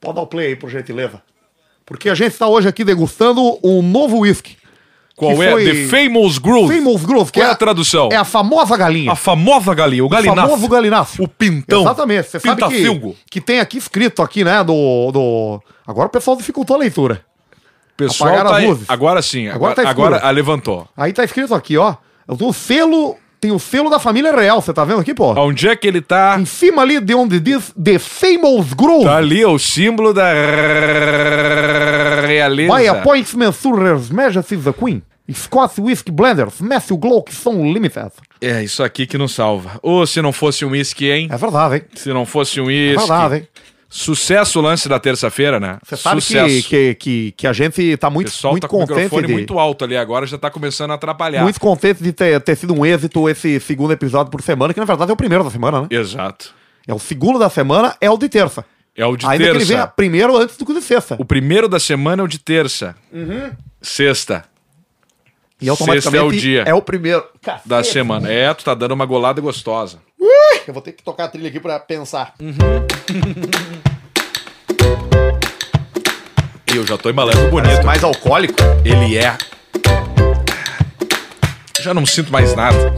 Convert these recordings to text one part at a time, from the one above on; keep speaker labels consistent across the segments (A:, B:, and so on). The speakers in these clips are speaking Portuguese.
A: Pode dar o play aí, por gentileza. Porque a gente está hoje aqui degustando um novo whisky.
B: Qual
A: que
B: é?
A: foi-
B: The Famous Groove.
A: Famous Grove, que
B: Qual é
A: é
B: a tradução?
A: É a famosa galinha.
B: A famosa galinha, o
A: O
B: galináceo.
A: famoso galináceo.
B: O pintão.
A: Exatamente. Você sabe que,
B: Pintafilgo.
A: que tem aqui escrito aqui, né, do, do... Agora o pessoal dificultou a leitura.
B: O pessoal
A: Apagaram
B: tá
A: as
B: aí-
A: luzes.
B: Agora sim,
A: Agora
B: agora,
A: tá escuro.
B: agora ah, levantou.
A: Aí tá escrito aqui, ó. O selo... Tem o selo da família real, você tá vendo aqui, pô?
B: Onde é que ele tá?
A: Em cima ali de onde diz The Famous Grove.
B: Tá ali o símbolo da realeza.
A: By appointment Surrer's Majesty the Queen. Scotch Whisky Blenders, Matthew Glock são Limited.
B: É isso aqui que não salva. Ou se não fosse um uísque, hein?
A: É verdade, hein?
B: Se não fosse um
A: É
B: uísque.
A: verdade, hein?
B: Sucesso o lance da terça-feira, né?
A: Você sabe que,
B: Sucesso.
A: que, que, que a gente tá
B: O
A: muito,
B: pessoal
A: muito
B: tá com o
A: contente
B: microfone
A: de...
B: muito alto ali agora, já tá começando a atrapalhar.
A: Muito contente de ter, ter sido um êxito esse segundo episódio por semana, que na verdade é o primeiro da semana, né?
B: Exato.
A: É o segundo da semana, é o de terça.
B: É o de
A: Ainda que ele venha
B: terça.
A: primeiro antes do que o de sexta.
B: O primeiro da semana é o de terça. Sexta
A: E automaticamente
B: sexta é o dia.
A: é o primeiro. Cacete.
B: da semana. É, tu tá dando uma golada gostosa.
A: Eu vou ter que tocar a trilha aqui pra pensar.
B: Hum, E eu já tô embalando bonito.
A: Mais alcoólico?
B: Ele é. Já não sinto mais nada.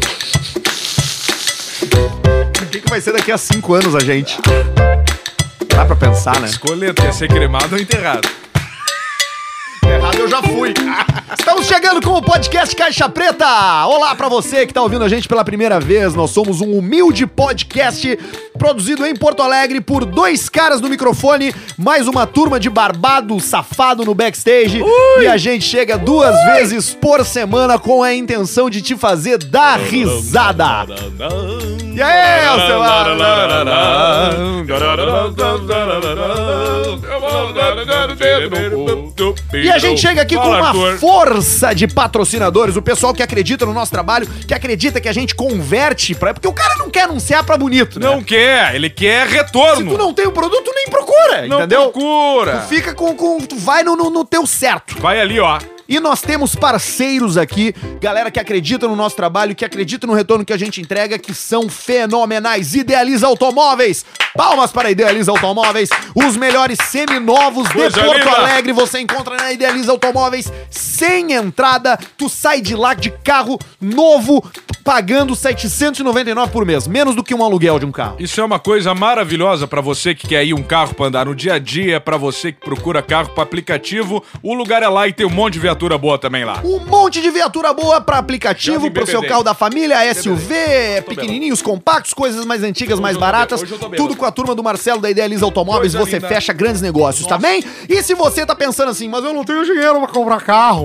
A: O que, que vai ser daqui a cinco anos a gente? Dá pra pensar, né?
B: Escolher quer ser cremado ou enterrado.
A: Errado eu já fui. Estamos chegando com o podcast Caixa Preta. Olá pra você que tá ouvindo a gente pela primeira vez. Nós somos um humilde podcast produzido em Porto Alegre por dois caras no microfone, mais uma turma de barbado safado no backstage. E a gente chega duas vezes por semana com a intenção de te fazer dar risada. E aí, Alcemar? E a gente chega aqui com
B: Fala,
A: uma
B: Arthur.
A: força de patrocinadores, o pessoal que acredita no nosso trabalho, que acredita que a gente converte para, porque o cara não quer anunciar pra bonito, né?
B: Não quer, ele quer
A: Se tu
B: retorno.
A: não tem o produto, nem procura,
B: Não
A: entendeu?
B: procura.
A: Tu fica com, com tu vai no, no, no teu certo.
B: Vai ali, ó.
A: E nós temos parceiros aqui, galera que acredita no nosso trabalho, que acredita no retorno que a gente entrega, que são fenomenais. Idealiza Automóveis. Palmas para Idealiza Automóveis. Os melhores seminovos de
B: Coisa
A: Porto
B: linda.
A: Alegre você encontra na Idealiza Automóveis. Sem entrada, tu sai de lá de carro novo, pagando 799 por mês. Menos do que um aluguel de um carro.
B: Isso é uma coisa maravilhosa pra você que quer ir um carro pra andar no dia a dia, pra você que procura carro pra aplicativo. O lugar é lá e tem um monte de viatura boa também lá.
A: Um monte de viatura boa pra
B: Já
A: aplicativo,
B: me
A: pro seu
B: bebedei.
A: carro da família, SUV,
B: Tô
A: é pequenininhos, compactos, coisas mais antigas, mais
B: eu tô bêbado.
A: baratas.
B: Hoje eu tô bêbado.
A: Tudo com a turma do Marcelo da Idealiza Automóveis,
B: Coisa
A: você
B: linda.
A: fecha grandes negócios, tá bem? E se você tá pensando assim, mas eu não tenho dinheiro pra comprar carro.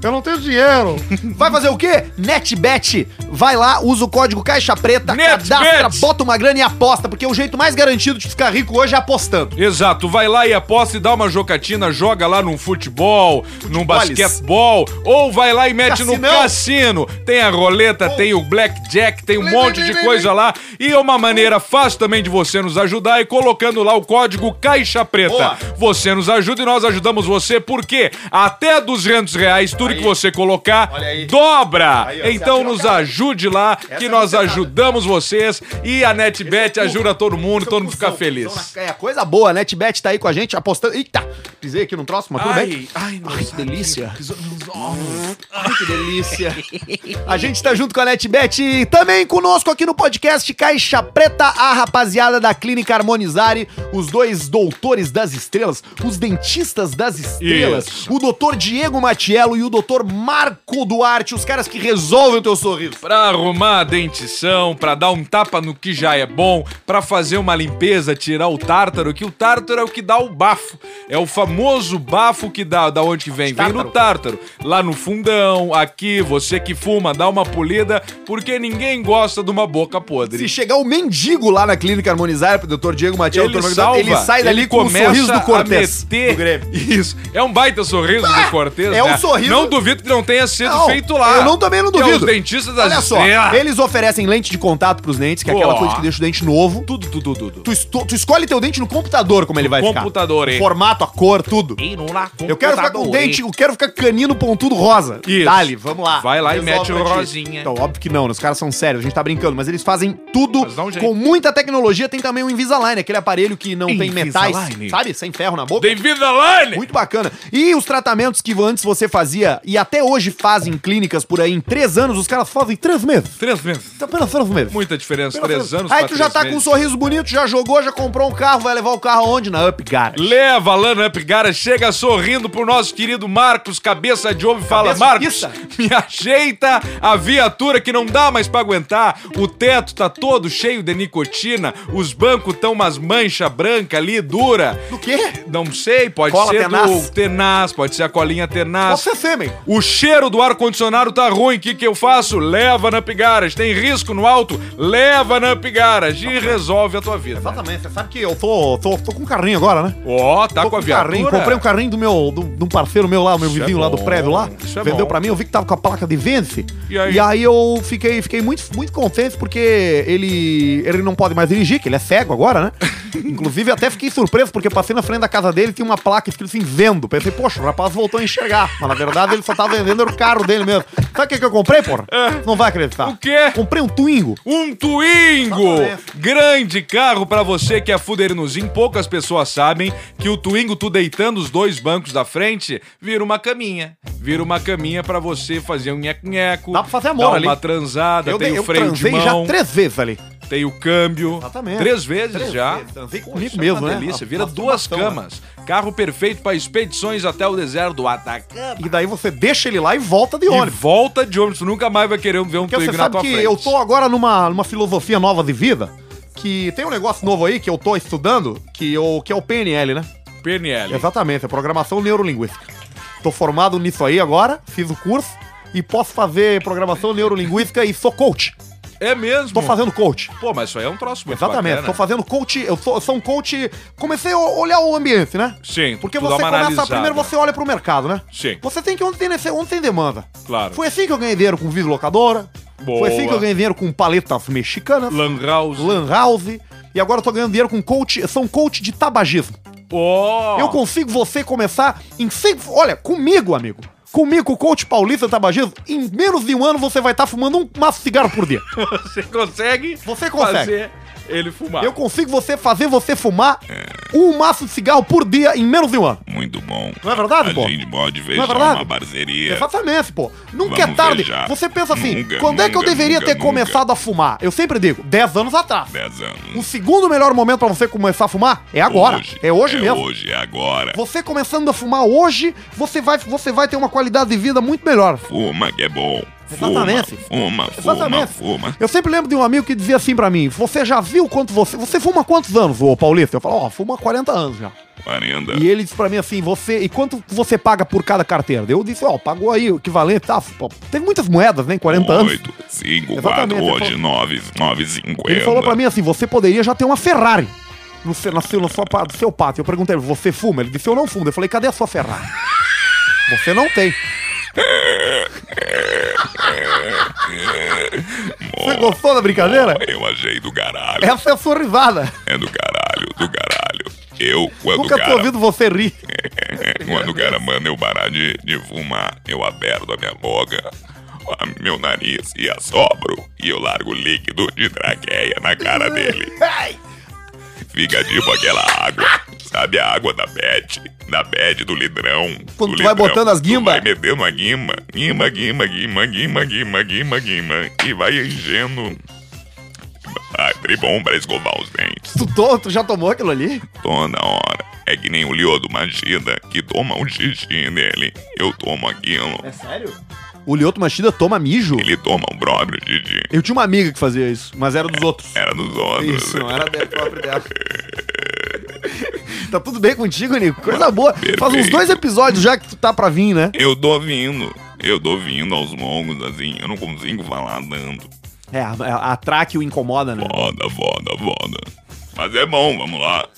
A: Eu não tenho dinheiro. Vai fazer o quê? NetBet. Vai lá, usa o código Caixa Preta,
B: NetBet.
A: cadastra, bota uma grana e aposta, porque o jeito mais garantido de ficar rico hoje é apostando.
B: Exato, vai lá e aposta e dá uma jocatina, joga lá num futebol, num basquetebol, ou vai lá e mete no cassino. Tem a roleta, tem o blackjack, tem um monte de coisa lá. E é uma maneira fácil também de você nos ajudar e colocando lá o código Caixa Preta. Você nos ajuda e nós ajudamos você, porque até 200 reais, tudo que você colocar, dobra. então nos ajude lá, que nós ajudamos vocês e a NetBet ajuda todo mundo, todo mundo fica feliz.
A: É coisa boa, NetBet tá aí com a gente apostando. Eita, pisei aqui no troço, mas tudo
B: ai,
A: bem.
B: Ai,
A: Ai, que delícia.
B: pisou nos ovos.
A: Ai, que delícia. A gente tá junto com a NetBet e também conosco aqui no podcast Caixa Preta, a rapaziada da Clínica Harmonizare, os dois doutores das estrelas, os dentistas das estrelas,
B: Isso.
A: o doutor Diego Matiello e o doutor Marco Duarte, os caras que resolvem o teu sorriso.
B: Pra arrumar a dentição, pra dar um tapa no que já é bom, pra fazer uma limpeza, tirar o tártaro, que o tártaro é o que dá o bafo. É o famoso bafo que dá, da onde que vem? Vem no tártaro. Lá no fundão, aqui, você que fuma, dá uma polida, porque ninguém gosta de uma boca podre.
A: Se chegar o mendigo lá na clínica harmonizar pro doutor Diego Matias,
B: ele salva,
A: ele sai dali
B: ele
A: com o
B: começa
A: sorriso do
B: a
A: Cortez.
B: meter- Isso. É um baita sorriso do Cortez,
A: É
B: né?
A: um sorriso
B: Não não duvido que não tenha sido
A: Não,
B: feito lá.
A: eu não- também não
B: Porque
A: duvido.
B: Os dentistas das É.
A: Olha só,
B: estrelas-
A: eles oferecem lente de contato pros dentes, que é aquela
B: Ó.
A: coisa que deixa o dente novo.
B: Tudo, tudo, tudo.
A: Tu, esto- tu escolhe teu dente no computador como ele vai ficar.
B: Computador,
A: O
B: hein?
A: formato, a cor, tudo. Eu quero ficar com o
B: o
A: dente, eu quero ficar com caninho pontudo rosa.
B: Isso.
A: Dali, vamos lá.
B: Vai lá e mete
A: pra ti.
B: rosinha.
A: Então, óbvio que não, né? os caras são sérios, a gente tá brincando, mas eles fazem tudo
B: Mas dá um jeito.
A: com muita tecnologia. Tem também o Invisalign, aquele aparelho que não tem metais,
B: Invisalign.
A: sabe? Sem ferro na boca.
B: David Alane!
A: Muito bacana. E os tratamentos que antes você fazia e até hoje fazem em clínicas por aí em três anos, os caras fazem em três meses.
B: Três meses.
A: Então, Apenas três meses.
B: Muita diferença, três anos
A: Aí
B: pra
A: tu já
B: três
A: tá com um
B: meses.
A: sorriso bonito, já jogou, já comprou um carro, vai levar o carro aonde? Na Up Garage.
B: Leva, Lana Upgara, chega sorrindo pro nosso querido Marcos, cabeça de ovo, e fala:
A: Cabeça
B: Marcos,
A: fixa.
B: me ajeita a viatura que não dá mais pra aguentar. O teto tá todo cheio de nicotina, os bancos tão umas mancha branca ali, dura.
A: Do quê?
B: Não sei, pode
A: Cola
B: ser
A: tenaz.
B: do tenaz, pode ser a colinha tenaz.
A: Você sêmen.
B: O cheiro do ar-condicionado tá ruim, o que, que eu faço? Leva na Pigaras. Tem risco no alto? Leva na Pigaras e resolve a tua vida.
A: Exatamente, você sabe que eu tô, tô, tô com um carrinho agora, né?
B: Ó, tá
A: tô
B: com a
A: um carrinho,
B: viatura.
A: comprei um carrinho do meu, do, de um parceiro meu lá, o meu
B: Isso é
A: vizinho lá do
B: bom,
A: prédio lá,
B: isso é
A: vendeu
B: bom.
A: pra mim, eu vi que tava com a placa de vence,
B: E aí?
A: eu fiquei, fiquei muito, muito contente porque ele, ele não pode mais dirigir, que ele é cego agora, né? Inclusive até fiquei surpreso porque eu passei na frente da casa dele e tinha uma placa escrito assim, vendo, pensei, poxa, o rapaz voltou a enxergar, mas na verdade ele só tava vendendo era o carro dele mesmo. Sabe o que, que eu comprei, porra? Não vai acreditar.
B: É. O quê?
A: Comprei um Twingo.
B: Um Twingo!
A: Exatamente.
B: Grande carro pra você que é fuderinozinho. Poucas pessoas sabem que o Twingo, tu deitando os dois bancos da frente, vira uma caminha. Vira uma caminha pra você fazer um nheco-nheco.
A: Dá pra fazer amor
B: dar
A: ali.
B: uma transada, tem
A: dei-
B: o freio de
A: transei
B: mão,
A: já três vezes ali.
B: tem o câmbio.
A: Exatamente.
B: Três vezes
A: Três
B: já.
A: vezes, transei
B: Pô,
A: comigo
B: isso é
A: mesmo,
B: uma
A: né?
B: delícia.
A: Uma
B: Vira duas
A: masturbação,
B: camas. Carro perfeito pra expedições até o deserto do Atacama.
A: E daí você deixa ele lá e volta de
B: E
A: ônibus.
B: volta de ônibus, tu nunca mais vai querer ver um
A: Porque
B: Twingo
A: você
B: na
A: sabe
B: tua
A: que
B: frente.
A: eu tô agora numa, numa filosofia nova de vida, que tem um negócio novo aí que eu tô estudando, que, eu, que é o PNL, né?
B: PNL.
A: Exatamente, é programação neurolinguística. Tô formado nisso aí agora, fiz o curso e posso fazer programação neurolinguística e sou coach.
B: É mesmo?
A: Tô fazendo coach.
B: Pô, mas isso aí é um troço muito
A: Exatamente,
B: bacana.
A: tô fazendo coach, eu sou, eu sou um coach, comecei a olhar o ambiente, né?
B: Sim,
A: Porque
B: tu dá
A: você
B: uma
A: começa,
B: analisada.
A: primeiro você olha pro mercado, né?
B: Sim.
A: Você tem que onde tem, nece- onde tem demanda.
B: Claro.
A: Foi assim que eu ganhei dinheiro com videolocadora.
B: Boa.
A: Foi assim que eu ganhei dinheiro com paletas mexicanas, lan,
B: Lan House.
A: house. E agora eu tô ganhando dinheiro com coach, sou um coach de tabagismo.
B: Ó.
A: Eu consigo você começar em cinco, olha, comigo, amigo. Comigo, com o coach paulista de tabagismo, em menos de um ano você vai estar fumando um maço de cigarro por dia.
B: Você consegue
A: Você consegue.
B: fazer ele fumar.
A: Eu consigo você fazer você fumar um maço de cigarro por dia em menos de um ano.
C: Muito bom.
A: Não é verdade, pô?
C: A gente pode
A: Não
C: vejar
A: é verdade?
C: uma parceria.
A: Exatamente, pô. Nunca é
C: É. Vamos
A: tarde.
C: viajar.
A: Você pensa assim,
C: Nunca,
A: quando é que eu
C: nunca,
A: deveria
C: nunca,
A: ter
C: nunca.
A: começado a fumar? Eu sempre digo, 10 anos atrás.
C: 10
A: O
C: anos.
A: segundo melhor momento pra você começar a fumar é agora. é hoje
C: é
A: mesmo.
C: hoje, é agora.
A: Você começando a fumar hoje, você vai, você vai ter uma qualidade de vida muito melhor.
C: Fuma que é bom.
A: Exatamente.
C: Fuma, fuma, fuma,
A: Exatamente.
C: fuma.
A: Eu sempre lembro de um amigo que dizia assim pra mim: Você já viu quanto você. Você fuma quantos anos, ô Paulista? Eu falo: Ó, fuma 40 anos já.
C: 40.
A: E ele disse pra mim assim, você, e quanto você paga por cada carteira? Eu disse, ó, pagou aí o equivalente, tá? pô, Teve muitas moedas, né, em 40 anos.
C: 8, 5,
A: Exatamente,
C: 4,
A: ele
C: hoje
A: falou-
C: 9, 9, 50.
A: Ele falou pra mim assim, você poderia já ter uma Ferrari no seu, na sua, na sua, pa- no seu pátio. Eu perguntei, você fuma? Ele disse, eu não fumo. Eu falei, cadê a sua Ferrari? Você não tem. Você gostou da brincadeira?
C: Eu achei do caralho.
A: Essa é a sua risada.
C: É, do caralho, do caralho. Eu, quando o
A: Nunca
C: cara,
A: tinha ouvido você rir.
C: quando o cara manda eu parar de, de fumar, eu aberto a minha boca, a- meu nariz e assopro e eu largo o líquido de traqueia na cara dele.
A: Ai,
C: Fica tipo aquela água. Sabe a água da bed? Da bed do litrão.
A: Quando
C: do
A: tu vai
C: litrão.
A: botando as guimba.
C: Tu vai metendo a guima. Guima, guima, guima, guima, guima, guima, guima. E vai enchendo. Ah, tribom pra escovar os dentes.
A: tu, to- tu já tomou aquilo ali?
C: Toda hora. É que nem o Liodo Magida que toma um xixi nele. Eu tomo aquilo.
A: sério? O Lioto Machida toma mijo?
C: Ele toma o próprio xixi.
A: Eu tinha uma amiga que fazia isso, mas era dos outros.
C: Era dos outros.
A: Isso, não era dela, próprio dela. tá tudo bem contigo, Nico? Coisa boa. Faz uns
C: Perfeito.
A: dois episódios já que tu tá pra vir, né?
C: Eu tô vindo. Eu tô vindo aos longos, assim. Eu não consigo falar tanto.
A: É, a, a, a traque o incomoda, né?
C: Foda, foda, foda. Mas é bom, vamos lá.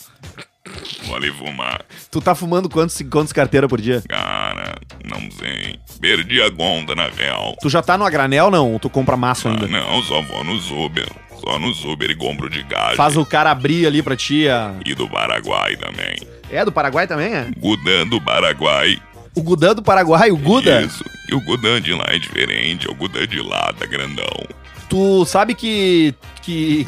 C: Vou ali fumar.
A: Tu tá fumando quantos, quantos carteiras por dia?
C: Cara, Não sei. Perdi a Gonda na véu.
A: Tu já tá no agranel, não? Ou tu compra maço
C: Ah,
A: ainda?
C: não, só vou nos Uber. Só nos Uber e compro de gás.
A: Faz o cara abrir ali pra tia.
C: E do Paraguai também.
A: É do Paraguai também, é?
C: Gudan do Paraguai.
A: O Gudan do Paraguai, o Guda.
C: Isso. E o Gudan de lá é diferente. É o Gudan de lá, tá grandão.
A: Tu sabe que. que.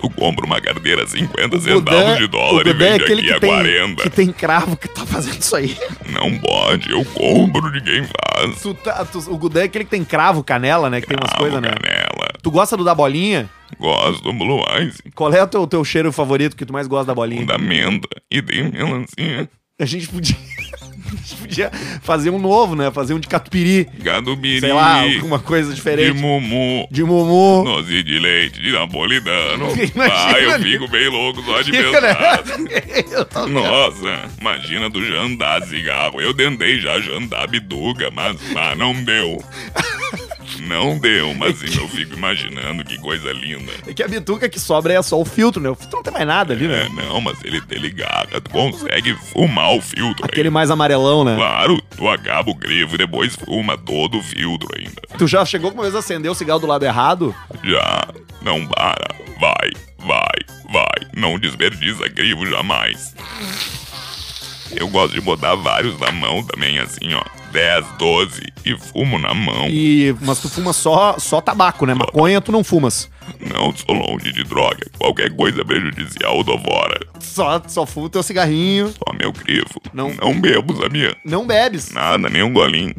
C: Tu compra uma carteira 50
A: Gudan-
C: centavos de dólar
A: o
C: e
A: Gudan é
C: vende
A: aquele
C: aqui
A: que
C: a
A: tem,
C: 40.
A: que tem cravo que tá fazendo isso aí.
C: Não pode, eu compro, ninguém faz.
A: Tu tá- tu- o Gudan é aquele que tem cravo, canela, né? Que tem umas
C: Cravo,
A: coisas, né?
C: canela.
A: Tu gosta do da bolinha?
C: Gosto do Blue Eyes,
A: Qual é o teu, teu cheiro favorito que tu mais gosta da
C: um
A: bolinha?
C: da menta e tem melancia.
A: A gente podia. A gente podia fazer um novo, né? Fazer um de catupiry.
C: Gado biri,
A: Sei lá, alguma coisa
C: de
A: diferente.
C: mumu,
A: De mumu.
C: nozinho de leite, de napolitano.
A: Imagina
C: ah, eu
A: ali.
C: fico bem louco só de
A: Fica, né?
C: pensar.
A: Eu tô-
C: Nossa, imagina tu jantar cigarro. Eu tentei já jantar biduga, mas lá não deu. Não deu, mas assim, eu fico imaginando que coisa linda.
A: É que a bituca que sobra é só o filtro, né? O filtro não tem mais nada ali,
C: É,
A: né?
C: não, mas ele te ligado, tu consegue fumar o filtro
A: Aquele
C: ainda.
A: mais amarelão, né?
C: Claro, tu acaba o grifo e depois fuma todo o filtro ainda.
A: Tu já chegou alguma vez a acender o cigarro do lado errado?
C: Já, não para. Vai, vai, vai. Não desperdiça grifo jamais. Eu gosto de botar vários na mão também, assim, ó. 10, 12 e fumo na mão.
A: E, mas tu fuma só, só tabaco, né? Maconha tu não fumas.
C: Não sou longe de droga. Qualquer coisa é prejudicial eu dou fora.
A: Só, só fuma o teu cigarrinho.
C: Só meu grifo.
A: Não.
C: não bebo, sabia?
A: Não bebes.
C: Nada, nem um golinho.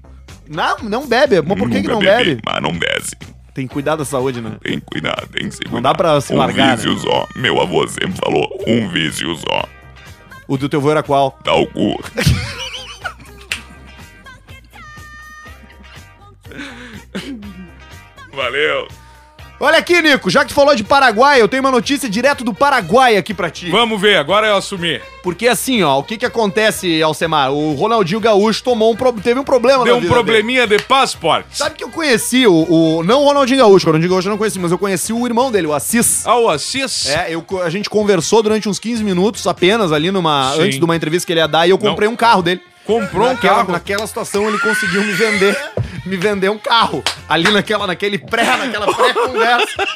A: Não, não bebe. Mas por que, que
C: Nunca
A: não
C: bebi,
A: bebe?
C: Mas não desce.
A: Tem que cuidar da saúde, né?
C: Tem que cuidar, tem que se cuidar.
A: Não dá pra se
C: um
A: largar,
C: vício
A: né?
C: só. Meu avô sempre falou, um vício só.
A: O do teu vô era qual?
C: Dá o cu. Valeu.
A: Olha aqui, Nico, já que tu falou de Paraguai, eu tenho uma notícia direto do Paraguai aqui pra ti.
B: Vamos ver, agora eu assumi.
A: Porque assim, ó, o que que acontece, Alcemar? O Ronaldinho Gaúcho tomou um pro- teve um problema na
B: Deu um
A: vida dele.
B: probleminha de passporte.
A: Sabe que eu conheci o, o- não o Ronaldinho Gaúcho, o Ronaldinho Gaúcho eu não conheci, mas eu conheci o irmão dele, o Assis.
B: Ao Assis.
A: É, eu, co- a gente conversou durante uns 15 minutos apenas ali numa
B: Sim.
A: antes de uma entrevista que ele ia dar e eu
B: Não.
A: comprei um carro dele.
B: Comprou um
A: Naquela-
B: carro.
A: Naquela situação ele conseguiu me vender, me vender um carro. Ali naquela, naquele pré, naquela pré-conversa,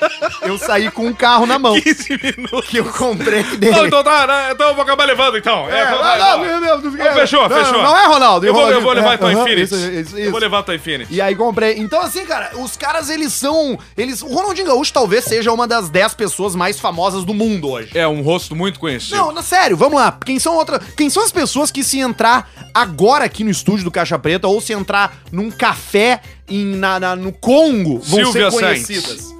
A: eu saí com um carro na mão
B: 15 minutos.
A: que eu comprei dele.
B: Não, então tá, né, então eu vou acabar levando então. É,
A: É,
B: então
A: não,
B: vai,
A: não,
B: vai.
A: meu Deus,
B: Não, fechou,
A: não,
B: fechou.
A: Não é Ronaldo.
B: Eu vou,
A: Ronaldo-
B: eu vou levar
A: é,
B: a tua
A: aham,
B: Infinity.
A: isso, isso,
B: Eu vou
A: isso.
B: levar a tua Infinity.
A: E aí comprei. Então, assim, cara, os caras, eles são. Eles, o Ronaldinho Gaúcho talvez seja uma das 10 pessoas mais famosas do mundo hoje.
B: É um rosto muito conhecido.
A: Não, na sério, vamos lá. Quem são outra, quem são as pessoas que se entrar agora aqui no estúdio do Caixa Preta ou se entrar num café em, na, na- no Congo vão
B: Silvia
A: ser conhecidas?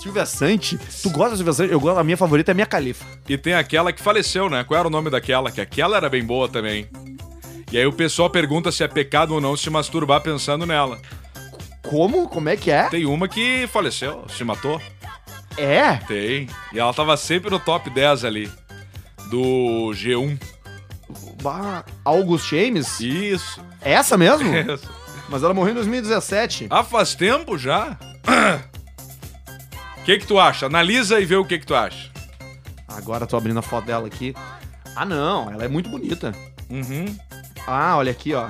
A: Silvia Sante? Tu gosta da Silvia Sante? Eu gosto, a minha favorita é a minha califa.
B: E tem aquela que faleceu, né? Qual era o nome daquela? Que aquela era bem boa também. E aí o pessoal pergunta se é pecado ou não se masturbar pensando nela.
A: Como? Como é que é?
B: Tem uma que faleceu, se matou.
A: É?
B: Tem. E ela tava sempre no top 10 ali. Do G1.
A: Bah, August James?
B: Isso.
A: É Essa mesmo?
B: Isso.
A: Mas ela morreu em 2017.
B: Ah, faz tempo já? O que que tu acha? Analisa e vê o que que tu acha.
A: Agora tô abrindo a foto dela aqui. Ah, não, ela é muito bonita.
B: Uhum.
A: Ah, olha aqui, ó.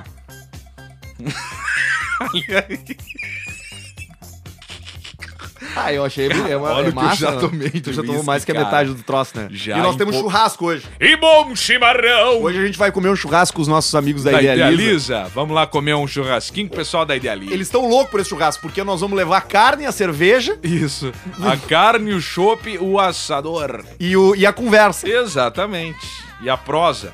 A: Ah, eu achei. É uma,
B: Olha
A: é
B: o que eu já
A: né?
B: tomei de
A: Tu já tomou
B: uísque,
A: mais que a
B: cara.
A: metade do troço, né?
B: Já
A: e nós
B: em
A: temos
B: pouco-
A: churrasco hoje.
B: E bom chimarrão! é,
A: Hoje a gente vai comer um churrasco com os nossos amigos da,
B: da
A: Idealiza.
B: Idealiza. Vamos lá comer um churrasquinho com o pessoal da Idealiza.
A: Eles estão loucos por esse churrasco, porque nós vamos levar a carne, a cerveja
B: Isso. A carne, o chopp, o assador.
A: e, o, e a conversa.
B: Exatamente. E a prosa.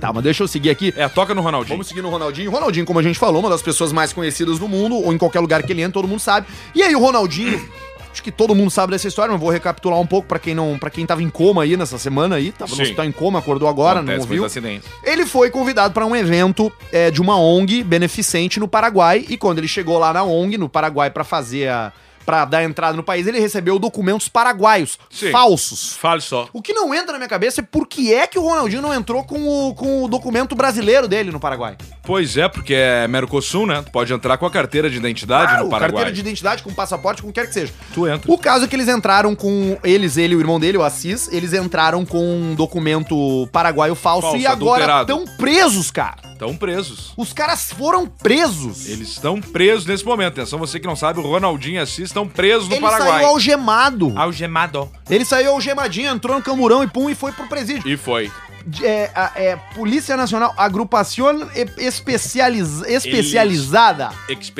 A: Tá, mas deixa eu seguir aqui.
B: É, toca no Ronaldinho.
A: Vamos seguir no Ronaldinho. Ronaldinho, como a gente falou, uma das pessoas mais conhecidas do mundo, ou em qualquer lugar que ele entra, todo mundo sabe. E aí o Ronaldinho, acho que todo mundo sabe dessa história, mas vou recapitular um pouco pra quem não, para quem tava em coma aí nessa semana aí, tava no
B: Sim.
A: hospital em coma, acordou agora,
B: Acontece
A: não ouviu.
B: muitos acidentes.
A: Ele foi convidado pra um evento é, de uma ONG beneficente no Paraguai e quando ele chegou lá na ONG no Paraguai pra fazer a para dar entrada no país, ele recebeu documentos paraguaios
B: Sim.
A: falsos.
B: Fale só.
A: O que não entra na minha cabeça é por que é que o Ronaldinho não entrou com o, com o documento brasileiro dele no Paraguai.
B: Pois é, porque é Mercosul, né? Tu pode entrar com a carteira de identidade
A: Claro,
B: no Paraguai.
A: carteira de identidade, com passaporte, com o que quer que seja.
B: Tu entra.
A: O caso é que eles entraram com. Eles, ele e o irmão dele, o Assis, eles entraram com um documento paraguaio falso,
B: Falso,
A: e agora
B: adulterado.
A: estão presos, cara.
B: Estão presos.
A: Os caras foram presos.
B: Eles estão presos nesse momento. Atenção, você que não sabe, o Ronaldinho e Assis estão presos no
A: Ele
B: Paraguai.
A: saiu algemado.
B: Algemado.
A: Ele saiu algemadinho, entrou no camurão e pum, e foi pro presídio.
B: E foi.
A: De- É, a- é, Polícia Nacional, agrupação e- especializ- especializada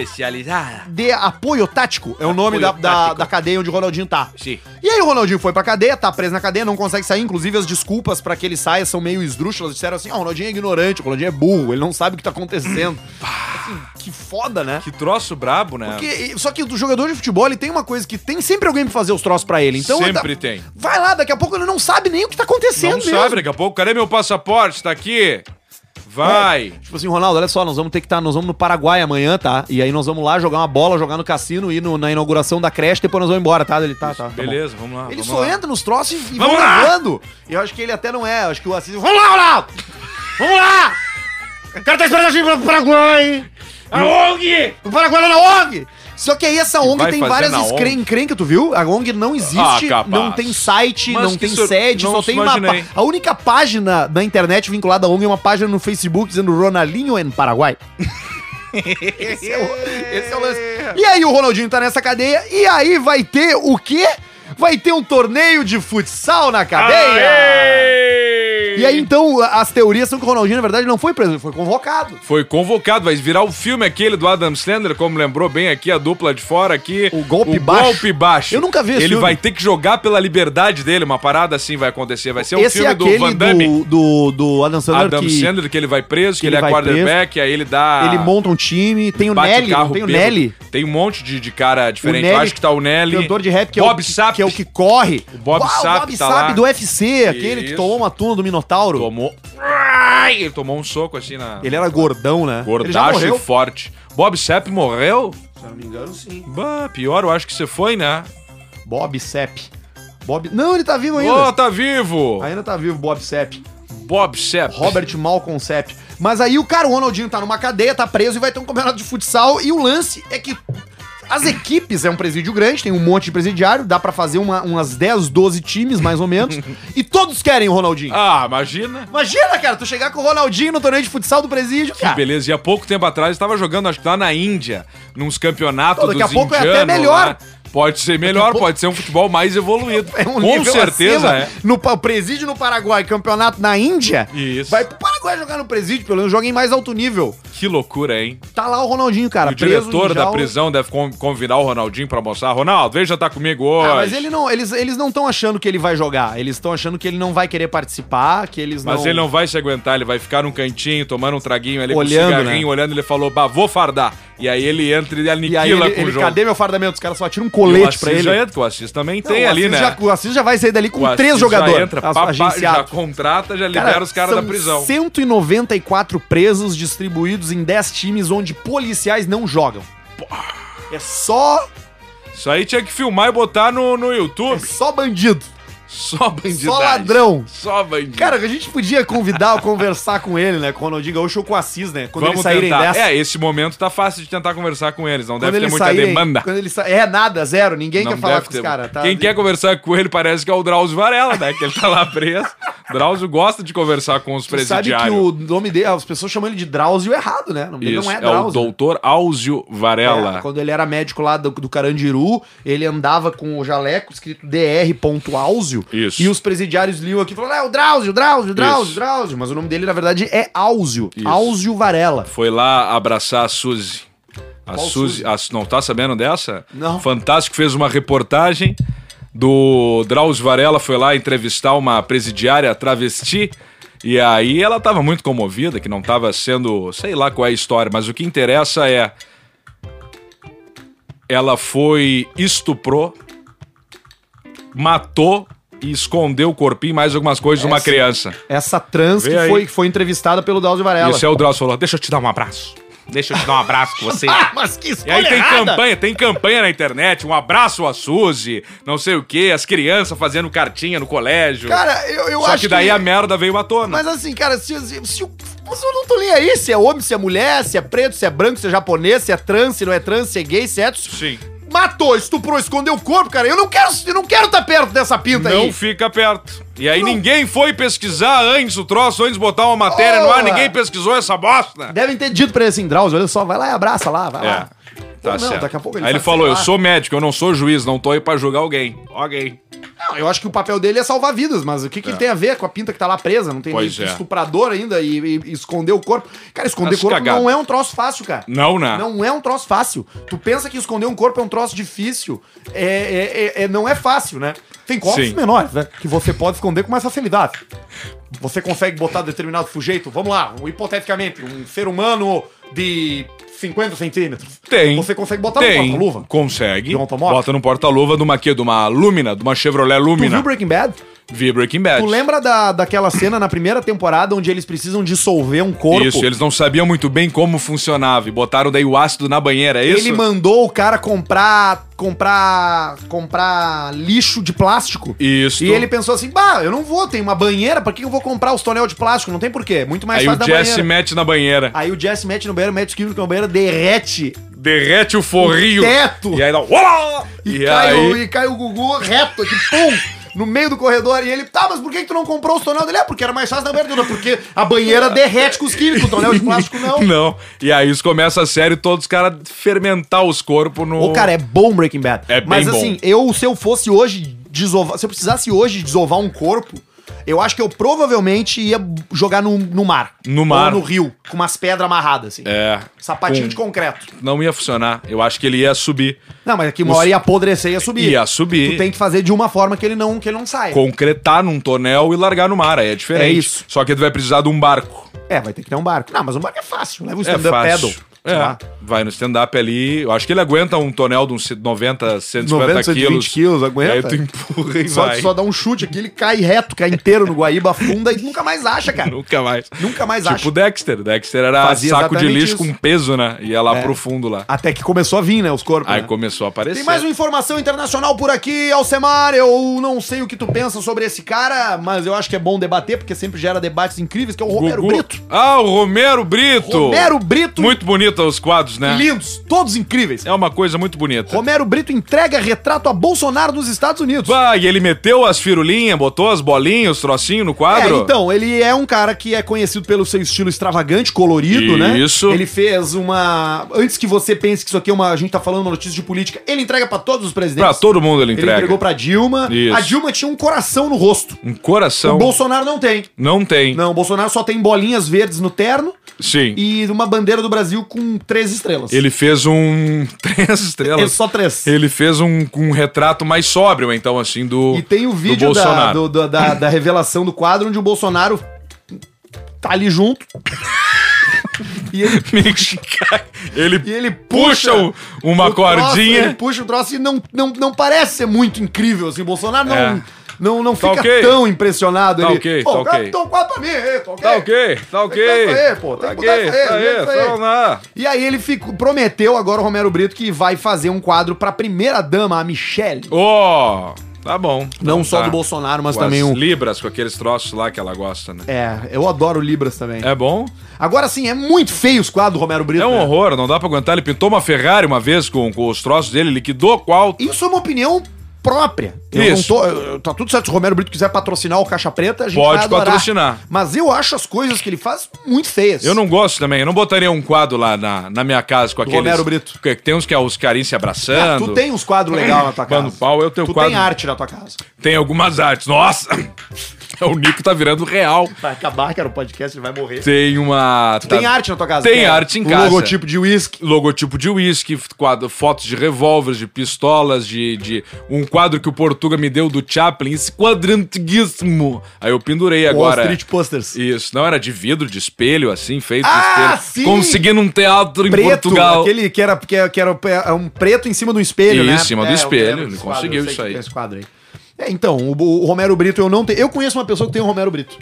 B: Especializada.
A: de apoio tático, é o nome
B: Apoio
A: da, da-
B: tático.
A: da cadeia onde o Ronaldinho tá.
B: Sim.
A: E aí o Ronaldinho foi pra cadeia, tá preso na cadeia, não consegue sair. Inclusive, as desculpas pra que ele saia são meio esdrúxulas. Disseram assim, ó, o Ronaldinho é ignorante, o Ronaldinho é burro, ele não sabe o que tá acontecendo. assim, que foda, né?
B: Que troço brabo, né?
A: Porque- só que o jogador de futebol, ele tem uma coisa que tem sempre alguém pra fazer os troços pra ele. Então,
B: Sempre
A: tá-
B: tem.
A: vai lá, daqui a pouco ele não sabe nem o que tá
B: Não
A: acontecendo
B: sabe, daqui a pouco. Cadê meu passaporte? Tá aqui. Vai.
A: Tipo assim, Ronaldo, olha só, nós vamos ter que estar, nós vamos no Paraguai amanhã, tá? E aí nós vamos lá jogar uma bola, jogar no cassino, ir no- na inauguração da creche, depois nós vamos embora, tá? Ele tá, tá, tá bom.
B: Beleza, vamos lá.
A: Ele
B: vamos
A: só
B: lá.
A: entra nos troços e, e
B: Vamos
A: vai
B: lá!
A: levando. E eu acho que ele até não é, eu acho que o Assis... Vamos lá, Ronaldo! Vamos lá! O cara tá esperando a gente pro Paraguai!
B: A ONG!
A: O Paraguai é na ONG! Só que aí essa ONG
B: vai
A: tem
B: fazer
A: várias
B: na
A: escre-
B: ONG?
A: encrencas, tu viu? A ONG não existe,
B: Ah, capaz.
A: não tem site,
B: Mas
A: não
B: que
A: tem
B: sur-
A: sede,
B: não
A: só
B: se
A: tem uma...
B: imaginei.
A: pá- A única página da internet vinculada à ONG é uma página no Facebook dizendo Ronaldinho em Paraguai. esse, é o, esse é o lance. E aí o Ronaldinho tá nessa cadeia, e aí vai ter o quê? Vai ter um torneio de futsal na cadeia!
B: Aê!
A: E aí então as teorias são que o Ronaldinho na verdade não foi preso, ele foi convocado.
B: Foi convocado, vai virar o filme aquele do Adam Sandler, como lembrou bem aqui a dupla de fora aqui.
A: O Golpe Baixo.
B: Golpe Baixo.
A: Eu nunca vi esse
B: Ele
A: filme.
B: vai ter que jogar pela liberdade dele, uma parada assim vai acontecer. Vai ser um
A: Esse é
B: filme do Van
A: aquele
B: Damme.
A: do, do, do Adam Sandler
B: Adam
A: que
B: Sandler, que ele vai preso, que
A: ele
B: ele,
A: vai
B: é quarterback, aí ele dá...
A: ele monta um time, tem o
B: bate
A: Nelly, não tem o
B: bêbado.
A: Nelly.
B: Tem um monte de, de cara diferente.
A: Nelly,
B: Eu acho que tá o Nelly.
A: Cantor de rap que é, o,
B: Bob
A: que-
B: Sapp.
A: que é o que corre.
B: O Bob
A: Uau,
B: Sapp
A: Bob
B: tá
A: Sapp
B: lá.
A: do UFC, aquele que
B: Isso.
A: tomou uma tuna do Minotauro.
B: Tomou... Ai, Ele tomou um soco assim na...
A: Ele era gordão, né? Ele já
B: Gordacho e
A: morreu.
B: forte. Bob Sepp morreu?
A: Se eu não me engano, sim.
B: Bah, pior, eu acho que você foi, né?
A: Bob Sepp. Bob... Não, ele tá vivo ainda.
B: Ô, tá vivo!
A: Ainda tá vivo Bob Sepp.
B: Bob Sepp.
A: Robert Malcolm Sepp. Mas aí o cara, o Ronaldinho, tá numa cadeia, tá preso e vai ter um campeonato de futsal. E o lance é que as equipes, é um presídio grande, tem um monte de presidiário, dá pra fazer uma- umas 10, 12 times, mais ou menos. e todos querem o Ronaldinho.
B: Ah, imagina.
A: Imagina, cara, tu chegar com o Ronaldinho no torneio de futsal do presídio,
B: Que
A: cara.
B: beleza. E há pouco tempo atrás estava jogando, acho que lá na Índia, nos campeonatos
A: Pô, daqui a
B: dos
A: pouco é até
B: indianos
A: melhor.
B: lá. Pode ser melhor, pode ser um futebol mais evoluído.
A: É um
B: Com
A: nível
B: certeza
A: acima.
B: é.
A: No pa- presídio no Paraguai, campeonato na Índia.
B: Isso.
A: Vai pro Paraguai jogar no presídio, pelo menos joga em mais alto nível.
B: é. Que loucura, hein?
A: Tá lá o Ronaldinho, cara.
B: E o diretor
A: em
B: da
A: jaula.
B: prisão deve con- convidar o Ronaldinho pra mostrar. Ronaldo, veja, tá comigo hoje.
A: Ah, mas ele não, eles, eles não estão achando que ele vai jogar. Eles estão achando que ele não vai querer participar, que eles não.
B: Mas ele não vai se aguentar, ele vai ficar num cantinho, tomando um traguinho ali
A: Olhando,
B: com cigarrinho,
A: né?
B: olhando, ele falou, bah, vou fardar. E aí ele entra e
A: E
B: aniquila
A: aí ele,
B: com
A: ele-
B: o jogo.
A: cadê meu fardamento? Os caras só tiram um
B: E o
A: colete
B: Assis
A: pra ele.
B: já entra, que o Assis também
A: Não,
B: tem
A: o
B: ali,
A: Assis
B: né?
A: já- o Assis já vai sair dali com
B: O
A: três
B: Assis
A: jogadores.
B: Já entra,
A: as-
B: papá, já
A: agenciados.
B: contrata, já libera os caras da
A: são
B: prisão.
A: 194 presos distribuídos em 10 times onde policiais não jogam. É só,
B: Isso aí tinha que filmar e botar no, no
A: é
B: YouTube.
A: só bandido,
B: Só bandidagem.
A: só ladrão.
B: Só bandido.
A: Cara, a gente podia convidar ou conversar com ele, né? Com o Ronaldinho Gaúcho ou com o Assis, né? Quando
B: Vamos
A: eles saírem
B: tentar.
A: dessa.
B: É, esse momento tá fácil de tentar conversar com eles. Não
A: quando
B: deve ter
A: eles
B: muita
A: saírem-
B: demanda.
A: Quando eles sa... É, nada, zero. Ninguém
B: Não
A: quer falar
B: deve
A: com
B: ter.
A: os caras, tá?
B: Quem quer conversar com ele parece que é o Drauzio Varela, né? Que ele tá lá preso. Drauzio gosta de conversar com os
A: Tu sabe
B: presidiários.
A: que o nome dele, as pessoas chamam ele de Drauzio errado, né? O nome dele
B: Isso,
A: não é
B: é, o
A: Drauzio.
B: doutor Áuzio Varela.
A: É, quando ele era médico lá do, do Carandiru, ele andava com o jaleco escrito dr.áuzio.
B: Isso.
A: E os presidiários liam aqui e falaram: ah, é o Drauzio, Drauzio, Drauzio,
B: Isso.
A: Drauzio. Mas o nome dele, na verdade, é Áuzio.
B: Isso.
A: Áuzio Varela.
B: Foi lá abraçar a Suzy. A
A: Qual
B: Suzy, a- não tá sabendo dessa?
A: Não.
B: Fantástico fez uma reportagem do Drauzio Varela, foi lá entrevistar uma presidiária travesti. E aí ela tava muito comovida, que não tava sendo, sei lá qual é a história, mas o que interessa é ela foi estuprou, matou e escondeu o corpinho e mais algumas coisas de uma
A: Essa-
B: criança.
A: Essa trans
B: Vê
A: que
B: aí.
A: foi, que foi entrevistada pelo Drauzio Varela.
B: E o seu Drauzio falou: "Deixa eu te dar um abraço. Deixa eu te dar um abraço que você
A: Ah, mas que
B: E
A: escolha
B: aí tem
A: errada!
B: campanha, tem campanha na internet, um abraço à Suzy, não sei o quê, as crianças fazendo cartinha no colégio.
A: Cara, eu, eu
B: Só
A: acho
B: que daí a merda veio à tona.
A: Mas assim, cara, se, se, se o- mas eu não tô nem aí se é homem, se é mulher, se é preto, se é branco, se é japonês, se é trans, se não é trans, se é gay, se é...
B: Sim.
A: matou, estuprou, escondeu o corpo, cara. Eu não quero, eu não quero estar perto dessa pinta
B: Não
A: aí.
B: fica perto. E aí
A: Não.
B: ninguém foi pesquisar antes o troço, antes de botar uma matéria no
A: Porra.
B: ar, ninguém pesquisou essa bosta.
A: Devem ter dito pra ele assim, Drauzio, olha só, vai lá e abraça lá, vai lá.
B: Tá
A: Ou não,
B: certo.
A: daqui a pouco ele
B: aí ele
A: faz,
B: falou,
A: sei
B: eu
A: lá.
B: sou médico, eu não sou juiz, não tô aí pra julgar alguém. Alguém.
A: Não, eu acho que o papel dele é salvar vidas, mas o que, que ele tem a ver com a pinta que tá lá presa? Não tem
B: Pois
A: nem
B: é.
A: estuprador ainda e, e- e esconder o corpo. Cara, esconder
B: As
A: corpo
B: cagadas.
A: não é um troço fácil, cara.
B: Não, né?
A: Não é um troço fácil. Tu pensa que esconder um corpo é um troço difícil. É, é- é- é- não é fácil, né? Tem corpos
B: Sim.
A: menores, né? Que você pode esconder com mais facilidade. Você consegue botar determinado sujeito, vamos lá, um- hipoteticamente, um ser humano de 50 centímetros.
B: Tem.
A: Você consegue botar no
B: Tem.
A: porta-luva.
B: Consegue.
A: De um automóvel?
B: Bota no porta-luva de uma que? De uma Lumina, de uma Chevrolet
A: Tu viu
B: Lumina.
A: Breaking Bad?
B: Vi Breaking Bad.
A: Tu lembra da, daquela cena na primeira temporada onde eles precisam dissolver um corpo?
B: Isso, eles não sabiam muito bem como funcionava e botaram daí o ácido na banheira, é isso?
A: Ele mandou o cara comprar comprar comprar lixo de plástico.
B: Isso.
A: E ele pensou assim: "Bah, eu não vou, tem uma banheira, pra que eu vou comprar os tonel de plástico? Não tem porquê, muito mais
B: Aí
A: fácil
B: o
A: da
B: Jesse
A: banheira".
B: mete na banheira,
A: Aí o Jesse mete no banheiro, mete os químicos no banheiro, derrete
B: derrete o forrinho.
A: o teto
B: E aí dá. Uau!
A: e,
B: E
A: cai, o,
B: aí.
A: e cai o Gugu reto aqui, pum! No meio do corredor, e ele, tá, mas por que, que tu não comprou os tonel dele? É, porque era mais fácil da abertura, porque a banheira derrete com os químicos, o tonel de plástico não.
B: Não. E aí isso começa a sério todos os caras fermentar os corpos no.
A: Ô, cara, é bom Breaking Bad.
B: É bem
A: Mas
B: bom.
A: assim, eu, se eu fosse hoje desovar. Se eu precisasse hoje desovar um corpo, eu acho que eu provavelmente ia jogar no, no mar.
B: No mar.
A: Ou no rio, com umas pedras amarradas, assim.
B: É.
A: Sapatinho
B: Com-
A: de concreto.
B: Não ia funcionar. Eu acho que ele ia subir.
A: Não, mas aqui uma
B: Os-
A: hora ia apodrecer e ia subir.
B: Ia subir.
A: Tu tem que fazer de uma forma que ele não, que ele não saia.
B: Concretar num tonel e largar no mar. Aí é diferente.
A: É isso.
B: Só que tu vai precisar de um barco.
A: É, vai ter que ter um barco. Não, mas um barco é fácil. Leva um
B: É
A: stand-up
B: fácil.
A: paddle. sei lá.
B: É, vai no stand-up ali. Eu acho que ele aguenta um tonel de uns 90, 150 quilos.
A: 120 quilos, aguenta.
B: Aí tu empurra e
A: Só,
B: vai.
A: só dá um chute aqui, ele cai reto, cai inteiro no Guaíba, afunda e nunca mais acha, cara.
B: Nunca mais.
A: Nunca mais
B: tipo
A: acha.
B: Dexter. Dexter era
A: Fazia
B: saco de
A: exatamente
B: lixo
A: isso.
B: com peso, né? Ia lá
A: É.
B: pro fundo lá.
A: Até que começou a vir, né, os corpos.
B: Aí
A: né?
B: começou a aparecer.
A: Tem mais uma informação internacional por aqui, Alcemar. Eu não sei o que tu pensa sobre esse cara, mas eu acho que é bom debater, porque sempre gera debates incríveis, que é o Romero
B: Gugu.
A: Brito.
B: Ah, o Romero Brito.
A: Romero Brito,
B: Muito bonito os quadros, né?
A: lindos, todos incríveis.
B: É uma coisa muito bonita.
A: Romero Brito entrega retrato a Bolsonaro nos Estados Unidos.
B: Vai, ele meteu as firulinhas, botou as bolinhas, os trocinhos no
A: É,
B: quadro.
A: então, ele é um cara que é conhecido pelo seu estilo extravagante, colorido, né?
B: Isso.
A: Ele fez uma. Antes que você pense que isso aqui é uma. A gente tá falando uma notícia de política, ele entrega pra todos os presidentes.
B: Pra todo mundo ele
A: Ele
B: entrega.
A: entregou pra Dilma.
B: Isso.
A: A Dilma tinha um coração no rosto.
B: Um coração.
A: O Bolsonaro não tem.
B: Não tem.
A: Não, o Bolsonaro só tem bolinhas verdes no terno
B: Sim.
A: e uma bandeira do Brasil com três estrelas.
B: Ele fez um. Três
A: É
B: estrelas.
A: só três.
B: Ele fez um, um retrato mais sóbrio, então, assim, do.
A: E tem o
B: do
A: vídeo da,
B: Bolsonaro.
A: do- do- da, da revelação do quadro onde o Bolsonaro tá ali junto. e ele,
B: ele
A: e ele
B: puxa o- uma
A: o troço, ele
B: cordinha.
A: puxa o troço e não, não, não parece ser muito incrível, assim. O Bolsonaro não,
B: É.
A: não, não
B: Tá
A: fica
B: ok.
A: tão impressionado.
B: Tá
A: ele,
B: ok,
A: "Pô,
B: tá ok.
A: Dá um quadro pra mim, aí, tá ok.
B: Tá ok, tá
A: Tem que
B: ok.
A: botar isso aí, pô, tem
B: Tá
A: que botar
B: ok,
A: isso aí, tem
B: tá
A: que
B: aí,
A: botar isso aí.
B: só lá.
A: E aí ele ficou, prometeu agora o Romero Brito que vai fazer um quadro pra primeira dama, a Michelle.
B: Ó, tá bom.
A: Não
B: Então
A: só
B: tá.
A: do Bolsonaro, mas
B: Com
A: também
B: as
A: um.
B: Libras, com aqueles troços lá que ela gosta, né?
A: É, eu adoro Libras também.
B: É bom?
A: Agora sim, é muito feio os quadros do Romero Brito.
B: É um
A: né?
B: horror, não dá pra aguentar. Ele pintou uma Ferrari uma vez com, com os troços dele, liquidou qual.
A: Isso é uma opinião própria.
B: Isso.
A: Eu não tô, eu- eu- tá tudo certo. Se o Romero Brito quiser patrocinar o Caixa Preta, a gente
B: Pode
A: vai adorar.
B: patrocinar.
A: Mas eu acho as coisas que ele faz muito feias.
B: Eu não gosto também, eu não botaria um quadro lá na, na minha casa com aqueles.
A: Romero Brito.
B: Que tem uns que é os carinhos se
A: Ah,
B: abraçando.
A: tu tem uns quadros legais na tua casa.
B: Mano, pau, eu tenho
A: tu
B: quadro-
A: tem arte na tua casa.
B: Tem algumas artes. Nossa! o Nico tá virando real.
A: Vai acabar, cara, o podcast, ele vai morrer.
B: Tem uma. tá
A: Tu tem arte na tua casa?
B: Tem
A: que é
B: arte em
A: um
B: casa.
A: Logotipo de uísque.
B: Logotipo de uísque, quadro- fotos de revólveres, de pistolas, de, de- um quadro que o Portuga me deu do Chaplin, esse quadrantíssimo. Aí eu pendurei agora. é.
A: Street Posters.
B: Isso, não era de vidro, de espelho, assim, feito
A: Ah,
B: de espelho.
A: sim!
B: Conseguindo um teatro em
A: preto,
B: Portugal.
A: aquele que era, que, era, que era é um preto em cima do espelho,
B: Isso,
A: né?
B: em cima do
A: eu
B: espelho,
A: lembro
B: ele
A: desse eu
B: conseguiu
A: sei
B: isso
A: que
B: aí.
A: tem Esse quadro aí. É, então, o, o Romero Brito eu não tenho. Eu conheço uma pessoa que tem o Romero Brito.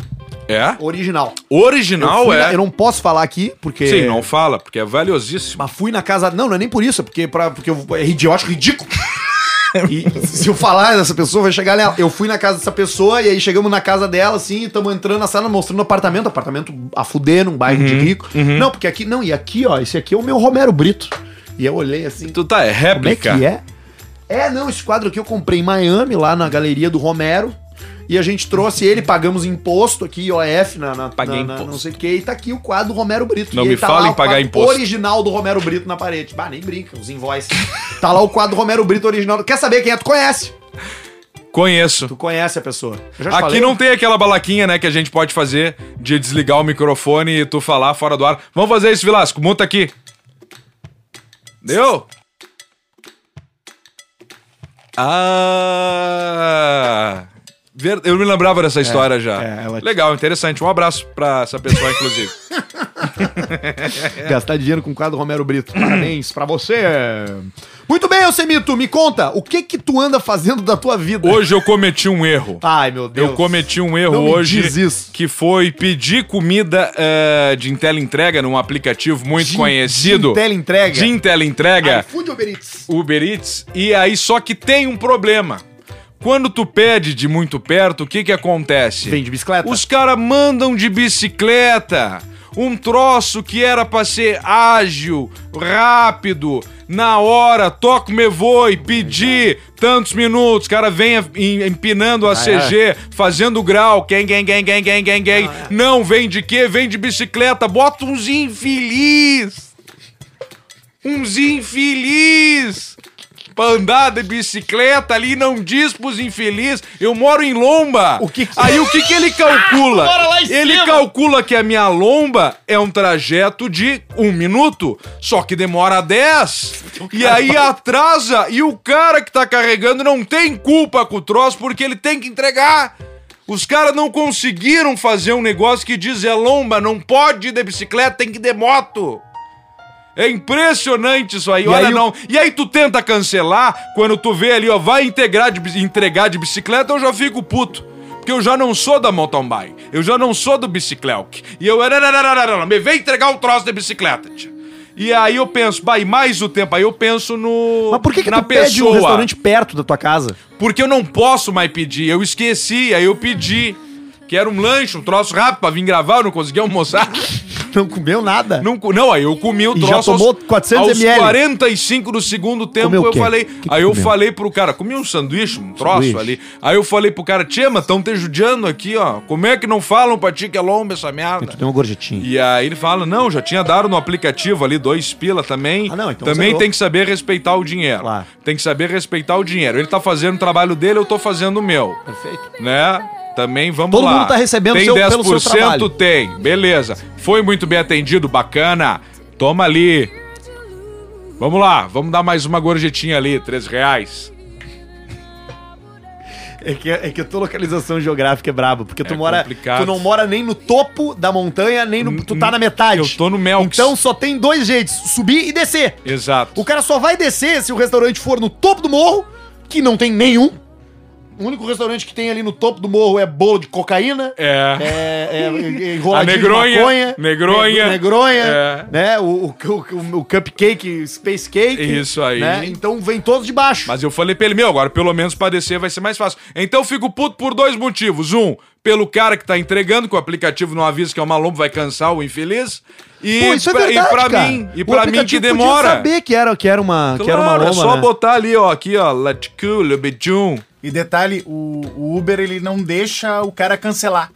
B: É?
A: Original. Eu
B: Original
A: fui
B: é.
A: na- eu não posso falar aqui, porque.
B: Sim, não fala, porque é valiosíssimo.
A: Mas fui na casa. Não, não é nem por isso, é porque, pra, porque eu, é idiota, eu acho ridículo. E se eu falar dessa pessoa, vai chegar nela. Eu fui na casa dessa pessoa e aí chegamos na casa dela, assim, estamos entrando na sala, mostrando o apartamento, apartamento a fuder, num bairro
B: Uhum,
A: de rico. Não, porque aqui, não, e aqui, ó, esse aqui é o meu Romero Brito. E eu olhei assim,
B: Tu tá, é
A: como é
B: réplica.
A: que é? É, não, esse quadro aqui eu comprei em Miami, lá na galeria do Romero. E a gente trouxe ele, pagamos imposto aqui, IOF, na, na,
B: Paguei
A: na- na-
B: imposto.
A: não sei o que, e tá aqui o quadro do Romero Brito.
B: Não
A: E
B: me
A: aí tá
B: fala
A: lá
B: em
A: o
B: pagar
A: quadro
B: imposto.
A: original do Romero Brito na parede. Bah, nem brinca, os invoices. tá lá o quadro do Romero Brito original. Quer saber quem é? Tu conhece.
B: Conheço.
A: Tu conhece a pessoa. Eu já te
B: Aqui
A: falei?
B: não tem aquela balaquinha, né, que a gente pode fazer de desligar o microfone e tu falar fora do ar. Vamos fazer isso, Vilasco. Muta aqui. Deu? Ah! Ver- Eu me lembrava dessa história já.
A: é, ela-
B: Legal, interessante. Um abraço pra essa pessoa, inclusive.
A: é, Gastar dinheiro com o quadro Romero Brito. Parabéns pra você. Muito bem, Alcemito, me conta, o que que tu anda fazendo da tua vida?
B: Hoje eu cometi um erro.
A: Ai, meu Tá, Deus.
B: Eu cometi um erro
A: Não me
B: hoje
A: diz isso.
B: que foi pedir comida eh, de entrega num aplicativo muito
A: Gin-
B: conhecido.
A: Ginteleentrega.
B: De entrega.
A: iFood Uber Eats.
B: Uber Eats. E aí só que tem um problema. Quando tu pede de muito perto, o que que acontece?
A: Vem de bicicleta?
B: Os caras mandam de bicicleta. Um troço que era pra ser ágil, rápido, na hora, toco me voe, pedi tantos minutos, cara vem em- empinando a CG, fazendo grau, quem, quem, quem, quem, quem, quem, quem. Não, vem de quê? Vem de bicicleta, bota uns infeliz. Uns infeliz. Pra andar de bicicleta ali, não diz pros infeliz. Eu moro em lomba.
A: O que que-
B: Aí o que que ele calcula? ele calcula que a minha lomba é um trajeto de um minuto, só que demora 10. E aí atrasa, e o cara que tá carregando não tem culpa com o troço, porque ele tem que entregar. Os caras não conseguiram fazer um negócio que diz é lomba, não pode ir de bicicleta, tem que ir de moto. É impressionante isso aí,
A: E
B: olha
A: aí o-
B: não. E aí tu tenta cancelar, quando tu vê ali, ó, vai integrar de, bi- entregar de bicicleta, eu já fico puto. Porque eu já não sou da mountain bike, eu já não sou do biciclete. E eu, "Arararararara, me vem entregar o troço de bicicleta, tia. E aí eu penso, vai, mais o tempo, aí eu penso no...
A: Mas por que, que tu pede um restaurante perto da tua casa?
B: Porque eu não posso mais pedir. Eu esqueci, aí eu pedi. Que era um lanche, um troço rápido pra vir gravar, eu não consegui almoçar.
A: Não comeu nada?
B: Não, co- não, aí eu comi o
A: E já
B: troço.
A: tomou
B: aos-
A: 400
B: aos
A: ml.
B: 45 do segundo tempo
A: Comeu o
B: eu
A: quê?
B: falei.
A: Que que
B: aí eu
A: comeu?
B: falei pro cara, comi um sanduíche, um troço
A: Sanduíche.
B: ali. Aí eu falei pro cara, Tchê, mas tão te judiando aqui, ó. Como é que não falam pra ti que é lomba essa merda?
A: Tu deu uma gorjetinha.
B: E aí ele fala, não, já tinha dado no aplicativo ali dois pila também.
A: Ah, não, então
B: também
A: zerou.
B: tem que saber respeitar o dinheiro.
A: Claro.
B: Tem que saber respeitar o dinheiro. Ele tá fazendo o trabalho dele, eu tô fazendo o meu.
A: Perfeito.
B: Né? Também vamos
A: Todo
B: lá.
A: mundo tá recebendo
B: tem
A: seu- pelo seu trabalho.
B: Tem, beleza. Foi muito bem atendido, bacana. Toma ali. Vamos lá, vamos dar mais uma gorjetinha ali, três reais.
A: É que, é que a tua localização geográfica é braba, porque tu
B: É
A: mora.
B: complicado.
A: Tu não mora nem no topo da montanha, nem no. Tu tá na metade.
B: Eu tô no Melks.
A: Então só tem dois jeitos: subir e descer.
B: Exato.
A: O cara só vai descer se o restaurante for no topo do morro, que não tem nenhum. O único restaurante que tem ali no topo do morro é bolo de cocaína.
B: É.
A: É, é, é, enroladinho
B: A negronha,
A: de maconha,
B: negronha.
A: ne- negronha,
B: É.
A: né? O, o, o- o cupcake, space cake.
B: Isso aí.
A: né? Então vem todos de baixo.
B: Mas eu falei pra ele, meu, agora pelo menos pra descer vai ser mais fácil. Então eu fico puto por dois motivos. Um, pelo cara que tá entregando, que o aplicativo não avisa que é uma lomba, vai cansar o infeliz. E,
A: Pô, isso é
B: pra,
A: verdade,
B: e pra
A: cara.
B: mim, e
A: O
B: pra mim que
A: aplicativo podia
B: demora.
A: saber que era, que era uma, que era uma
B: Claro,
A: loma,
B: é só
A: né?
B: botar ali, ó, aqui, ó, Laticu, Lebedjum.
D: E detalhe, o, o Uber ele não deixa o cara cancelar.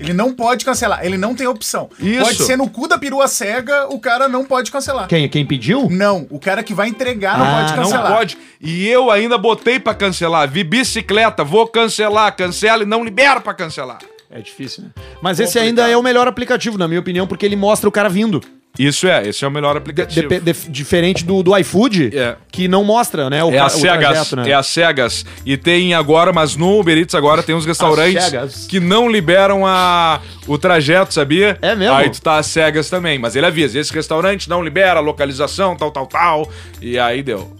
D: Ele não pode cancelar, ele não tem opção.
B: Isso.
D: Pode ser no cu da perua cega, o cara não pode cancelar.
A: Quem, quem pediu?
D: Não, o cara que vai entregar não
A: Ah,
D: pode
B: Não
D: cancelar.
B: pode. E eu ainda botei pra cancelar. Vi bicicleta, vou cancelar, cancela e não libera pra cancelar.
A: É difícil, né? Mas esse ainda é o melhor aplicativo, na minha opinião, porque ele mostra o cara vindo.
B: Isso é, esse é o melhor aplicativo.
A: Depe- def- diferente do, do iFood,
B: É.
A: que não mostra, né? O,
B: É
A: ca-
B: a
A: o
B: cegas,
A: trajeto, né?
B: é a cegas. E tem agora, mas no Uber Eats agora tem uns restaurantes
A: cegas.
B: que não liberam a, o trajeto, sabia?
A: É mesmo?
B: Aí tu tá a cegas também, mas ele avisa, esse restaurante não libera a localização, tal, tal, tal. E aí deu.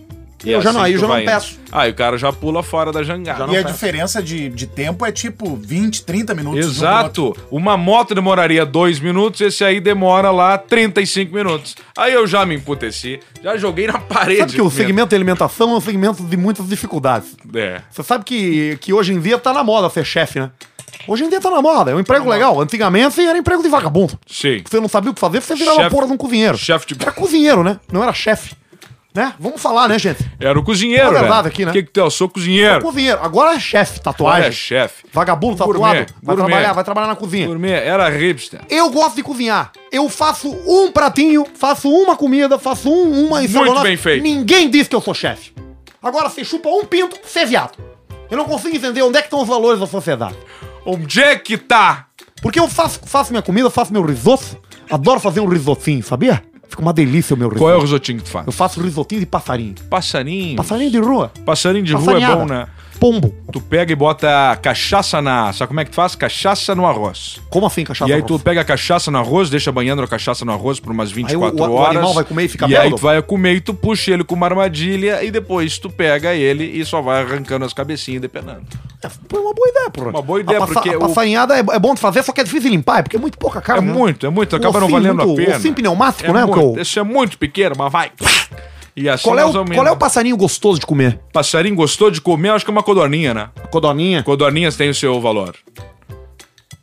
B: E é assim
A: Eu já não- aí eu
B: tu
A: já não
B: vai indo.
A: peço.
B: Aí o cara já pula fora da jangada.
A: Já não
D: E a
A: faz.
D: diferença de, de tempo é tipo 20, 30 minutos. de um pro outro.
B: Exato. Uma moto demoraria dois minutos, esse aí demora lá 35 minutos. Aí eu já me emputeci, já joguei na parede.
A: Sabe que o
B: mesmo.
A: segmento de alimentação é um segmento de muitas dificuldades.
B: É.
A: Você sabe que, que hoje em dia tá na moda ser chefe, né? Hoje em dia tá na moda, é um emprego legal. Antigamente era emprego de vagabundo.
B: Sim.
A: Você não sabia o que fazer, você virava
B: Chefe-
A: porra de um cozinheiro.
B: chefe de-
A: Era cozinheiro, né? Não era chefe. Né? Vamos falar, né, gente?
B: Era o cozinheiro,
A: Fala a
B: velho.
A: verdade aqui, né?
B: Que que tu é? Eu sou cozinheiro.
A: Cozinheiro. Agora é chefe, tatuagem.
B: Olha, chefe.
A: Vagabundo tatuado.
B: Gourmet,
A: Vai
B: gourmet.
A: trabalhar, vai trabalhar na cozinha.
B: Gourmet era hipster.
A: Eu gosto de cozinhar. Eu faço um pratinho, faço uma comida, faço um, uma
B: Muito bem feito.
A: Ninguém diz que eu sou chefe. Agora, se chupa um pinto, você é viado. Eu não consigo entender onde é que estão os valores da sociedade.
B: Onde é que tá?
A: Porque eu faço, faço minha comida, faço meu risoto. Adoro fazer um risotinho, sabia? Fica uma delícia o meu risoto.
B: Qual é o risotinho que tu faz?
A: Eu faço risotinho de passarinho.
B: Passarinho.
A: Passarinho de rua.
B: Passarinho de rua é
A: Passarinhada.
B: bom, né?
A: Pombo.
B: Tu pega e bota cachaça na. Sabe como é que tu faz? Cachaça no arroz.
A: Como assim, cachaça?
B: e aí
A: rosa?
B: tu pega a cachaça no arroz, deixa banhando a cachaça no arroz por umas 24
A: o- o
B: horas.
A: animal vai comer e fica
B: E
A: belo?
B: aí tu vai comer e tu puxa ele com uma armadilha e depois tu pega ele e só vai arrancando as cabecinhas e depenando.
A: É, Foi uma boa ideia, porra.
B: Uma boa ideia,
A: a passa-
B: porque
A: A
B: o-
A: passarinhada é, é bom de fazer, só que é difícil de limpar, é porque é muito pouca
B: É
A: carne. né?
B: muito, é muito, acaba não
A: ossinho
B: valendo
A: muito-
B: a pena.
A: ossinho pneumático,
B: é
A: né,
B: Muito,
A: porque o-
B: Esse é muito pequeno, mas vai. E assim
A: Qual é, o,
B: mais ou menos.
A: qual é o passarinho gostoso de comer?
B: passarinho gostou de comer? Acho que é uma codorninha, né?
A: Codorninha.
B: Codorninhas têm o seu valor.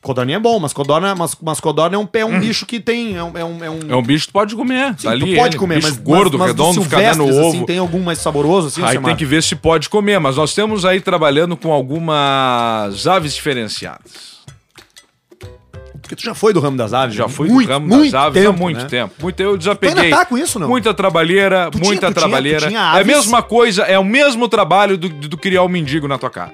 A: Codorninha é bom, mas codorna, mas, mas codorna é um, pé- é
B: Hum.
A: um bicho que tem. É um. É um, é um-
B: É um bicho que tu pode comer.
A: Sim,
B: tá ali
A: tu pode
B: ele,
A: comer,
B: bicho
A: mas.
B: gordo,
A: mas, mas dos
B: redondo, fica dando
A: silvestres,
B: ovo.
A: Assim, tem algum mais saboroso, assim,
B: Aí
A: Alcemar?
B: tem que ver se pode comer, mas nós temos aí trabalhando com algumas aves diferenciadas.
A: Porque tu já foi do ramo das aves.
B: Já
A: né?
B: fui
A: muito,
B: no ramo
A: muito
B: das aves
A: tempo,
B: há muito
A: né?
B: tempo. Muito, eu desapeguei.
A: ainda tá com isso, não?
B: Muita trabalheira,
A: Tu tinha-
B: muita
A: tu tinha- tu
B: trabalheira.
A: tinha
B: é a
A: aves?
B: mesma coisa, é o mesmo trabalho do, do criar um mendigo na tua casa.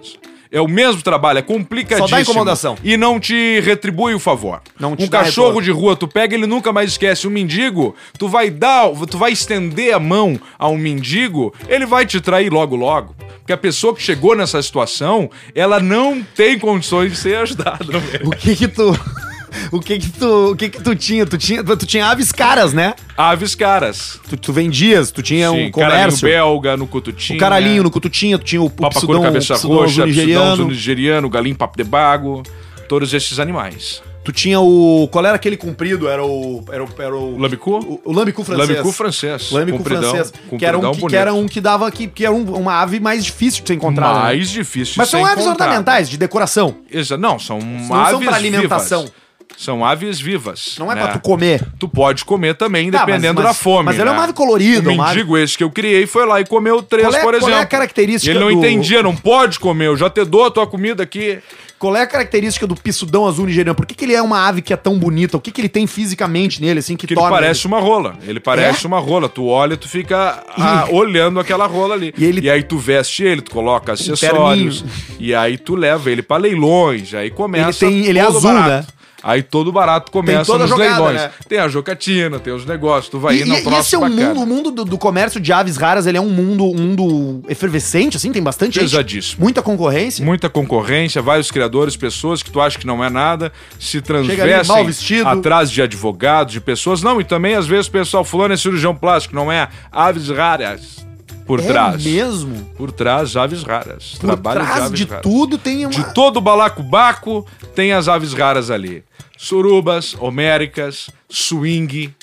B: É o mesmo trabalho, é complicadíssimo.
A: Só dá incomodação.
B: E não te retribui o favor.
A: Não te
B: um
A: dá
B: cachorro
A: retorno.
B: de rua, tu pega, ele nunca mais esquece. Um mendigo, tu vai dar, tu vai estender a mão a um mendigo, ele vai te trair logo, logo. Porque a pessoa que chegou nessa situação, ela não tem condições de ser ajudada. né?
A: O que que tu. O que que tu. O que que tu tinha? Tu tinha, tu tinha aves caras, né?
B: Aves caras.
A: Tu, tu vendias, tu tinha
B: Sim,
A: um
B: caralhinho
A: comércio.
B: belga, no Cututinho.
A: O caralhinho no Cututinha, tu tinha o
B: Papacura, cabeça roxa,
A: nigeriano.
B: psidão nigeriano, galinho papo de bago, todos esses animais.
A: Tu tinha o. Qual era aquele comprido? Era o. Era o. Era o,
B: O lambicu?
A: O, o lambicu francês.
B: Lambicu francês.
A: Lambicu
B: Compridão,
A: francês. Que era,
B: compridão
A: um que, que
B: bonito.
A: era um que dava. Que, que era um- uma ave mais difícil de ser encontrada. né?
B: Mais difícil de
A: Mas
B: ser
A: são aves
B: encontrado.
A: ornamentais, de decoração.
B: Exa- Não, são
A: são
B: aves
A: pra alimentação.
B: vivas. São aves vivas.
A: Não é
B: né?
A: pra tu comer.
B: Tu pode comer também,
A: Tá,
B: dependendo
A: mas-
B: da
A: mas-
B: fome.
A: mas ela é
B: né?
A: uma ave colorida,
B: O
A: uma ave-
B: mendigo esse que eu criei foi lá e comeu três,
A: Qual é-
B: por
A: qual é a
B: exemplo.
A: característica
B: Ele não
A: do-
B: entendia, não pode comer, eu já te dou a tua comida aqui.
A: Qual é a característica do pissudão azul nigeriano? Por que, que ele é uma ave que é tão bonita? O que, que ele tem fisicamente nele, assim, que,
B: Que ele
A: torna.
B: parece uma rola. Ele
A: É?
B: parece uma rola. Tu olha e tu fica ah, olhando aquela rola ali.
A: E
B: E,
A: ele- Um
B: aí tu veste ele, tu coloca acessórios. E aí tu leva ele pra leilões. Aí começa.
A: Ele tem- ele é
B: todo
A: azul,
B: barato.
A: né?
B: Aí todo barato começa
A: toda a
B: nos
A: jogada,
B: leilões.
A: né?
B: Tem a jocatina, tem os negócios, tu vai
A: E,
B: indo
A: e-
B: ao
A: e esse é
B: próximo
A: um mundo, o mundo do, do comércio de aves raras, ele é um mundo, um mundo efervescente, assim, tem bastante gente,
B: Pesadíssimo.
A: muita concorrência.
B: Muita concorrência, vários criadores, pessoas que tu acha que não é nada, se transvestem
A: mal vestido.
B: atrás de advogados, de pessoas. Não, e também às vezes o pessoal fulano é cirurgião plástico, não é? Aves raras por trás.
A: É mesmo?
B: Por trás, aves raras.
A: Por
B: Trabalho de
A: trás
B: aves
A: de
B: raras.
A: tudo tem uma...
B: De todo o balacobaco tem as aves raras ali. Surubas, homéricas, swing,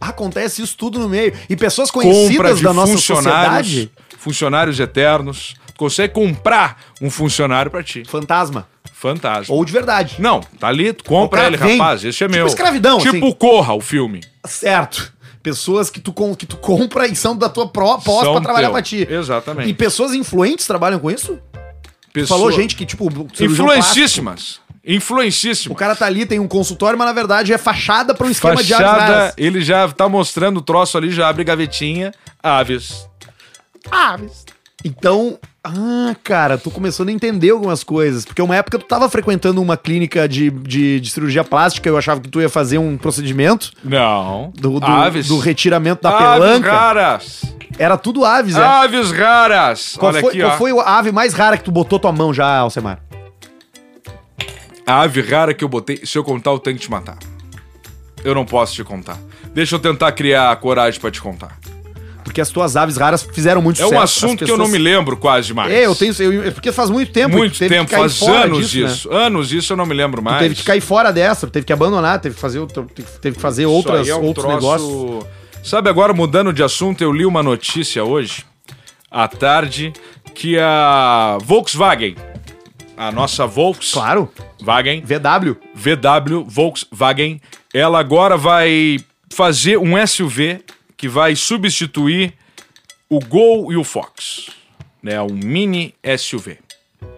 A: Ah, Acontece isso tudo no meio. E pessoas
B: compra
A: conhecidas
B: de
A: da nossa
B: funcionários,
A: sociedade...
B: funcionários eternos. Tu consegue comprar um funcionário pra ti.
A: Fantasma.
B: Fantástico.
A: Ou de verdade.
B: Não, tá ali, tu
A: O
B: compra
A: cara
B: ele,
A: vem.
B: rapaz, esse é
A: Tipo
B: meu.
A: escravidão,
B: Tipo
A: assim.
B: Corra, o filme.
A: Certo. Pessoas que tu, com- que tu compra e são da tua pró, pós
B: São
A: pra trabalhar
B: teu.
A: pra ti.
B: Exatamente.
A: E pessoas influentes trabalham com isso?
B: Pessoa-
A: Falou gente que, tipo... cirurgião plástico.
B: Influencíssimas.
A: O
B: Influencíssimas.
A: cara tá ali, tem um consultório, mas na verdade é fachada pra um esquema de aves raras.
B: Fachada, ele já tá mostrando o troço ali, já abre gavetinha. Aves.
A: Então, ah, cara, tu começando a entender algumas coisas. Porque uma época tu tava frequentando uma clínica de, de, de cirurgia plástica, eu achava que tu ia fazer um procedimento
B: Não.
A: do, do,
B: aves.
A: do retiramento da
B: aves
A: pelanca.
B: raras.
A: Era tudo aves, é.
B: Aves raras.
A: Qual,
B: Olha
A: foi,
B: aqui,
A: qual
B: ó.
A: foi a ave mais rara que tu botou tua mão já, Alcemar?
B: A ave rara que eu botei, se eu contar, eu tenho que te matar. Eu não posso te contar. Deixa eu tentar criar a coragem pra te contar.
A: Porque as tuas aves raras fizeram muito
B: É um assunto que eu não me lembro quase mais.
A: É, eu tenho. eu- é porque faz muito tempo.
B: Muito
A: tu teve que
B: tempo,
A: cair
B: faz
A: fora
B: anos
A: disso, né?
B: isso. Anos isso eu não me lembro
A: Tu
B: mais.
A: teve que cair fora dessa, teve que abandonar, teve que fazer, outro- teve que fazer outras,
B: Isso aí é um
A: outros
B: troço-
A: negócios.
B: Sabe, agora mudando de assunto, eu li uma notícia hoje, à tarde, que a Volkswagen, a nossa Volkswagen,
A: Claro, VW.
B: VW Volkswagen, ela agora vai fazer um SUV que vai substituir o Gol e o Fox. Né? Um mini SUV.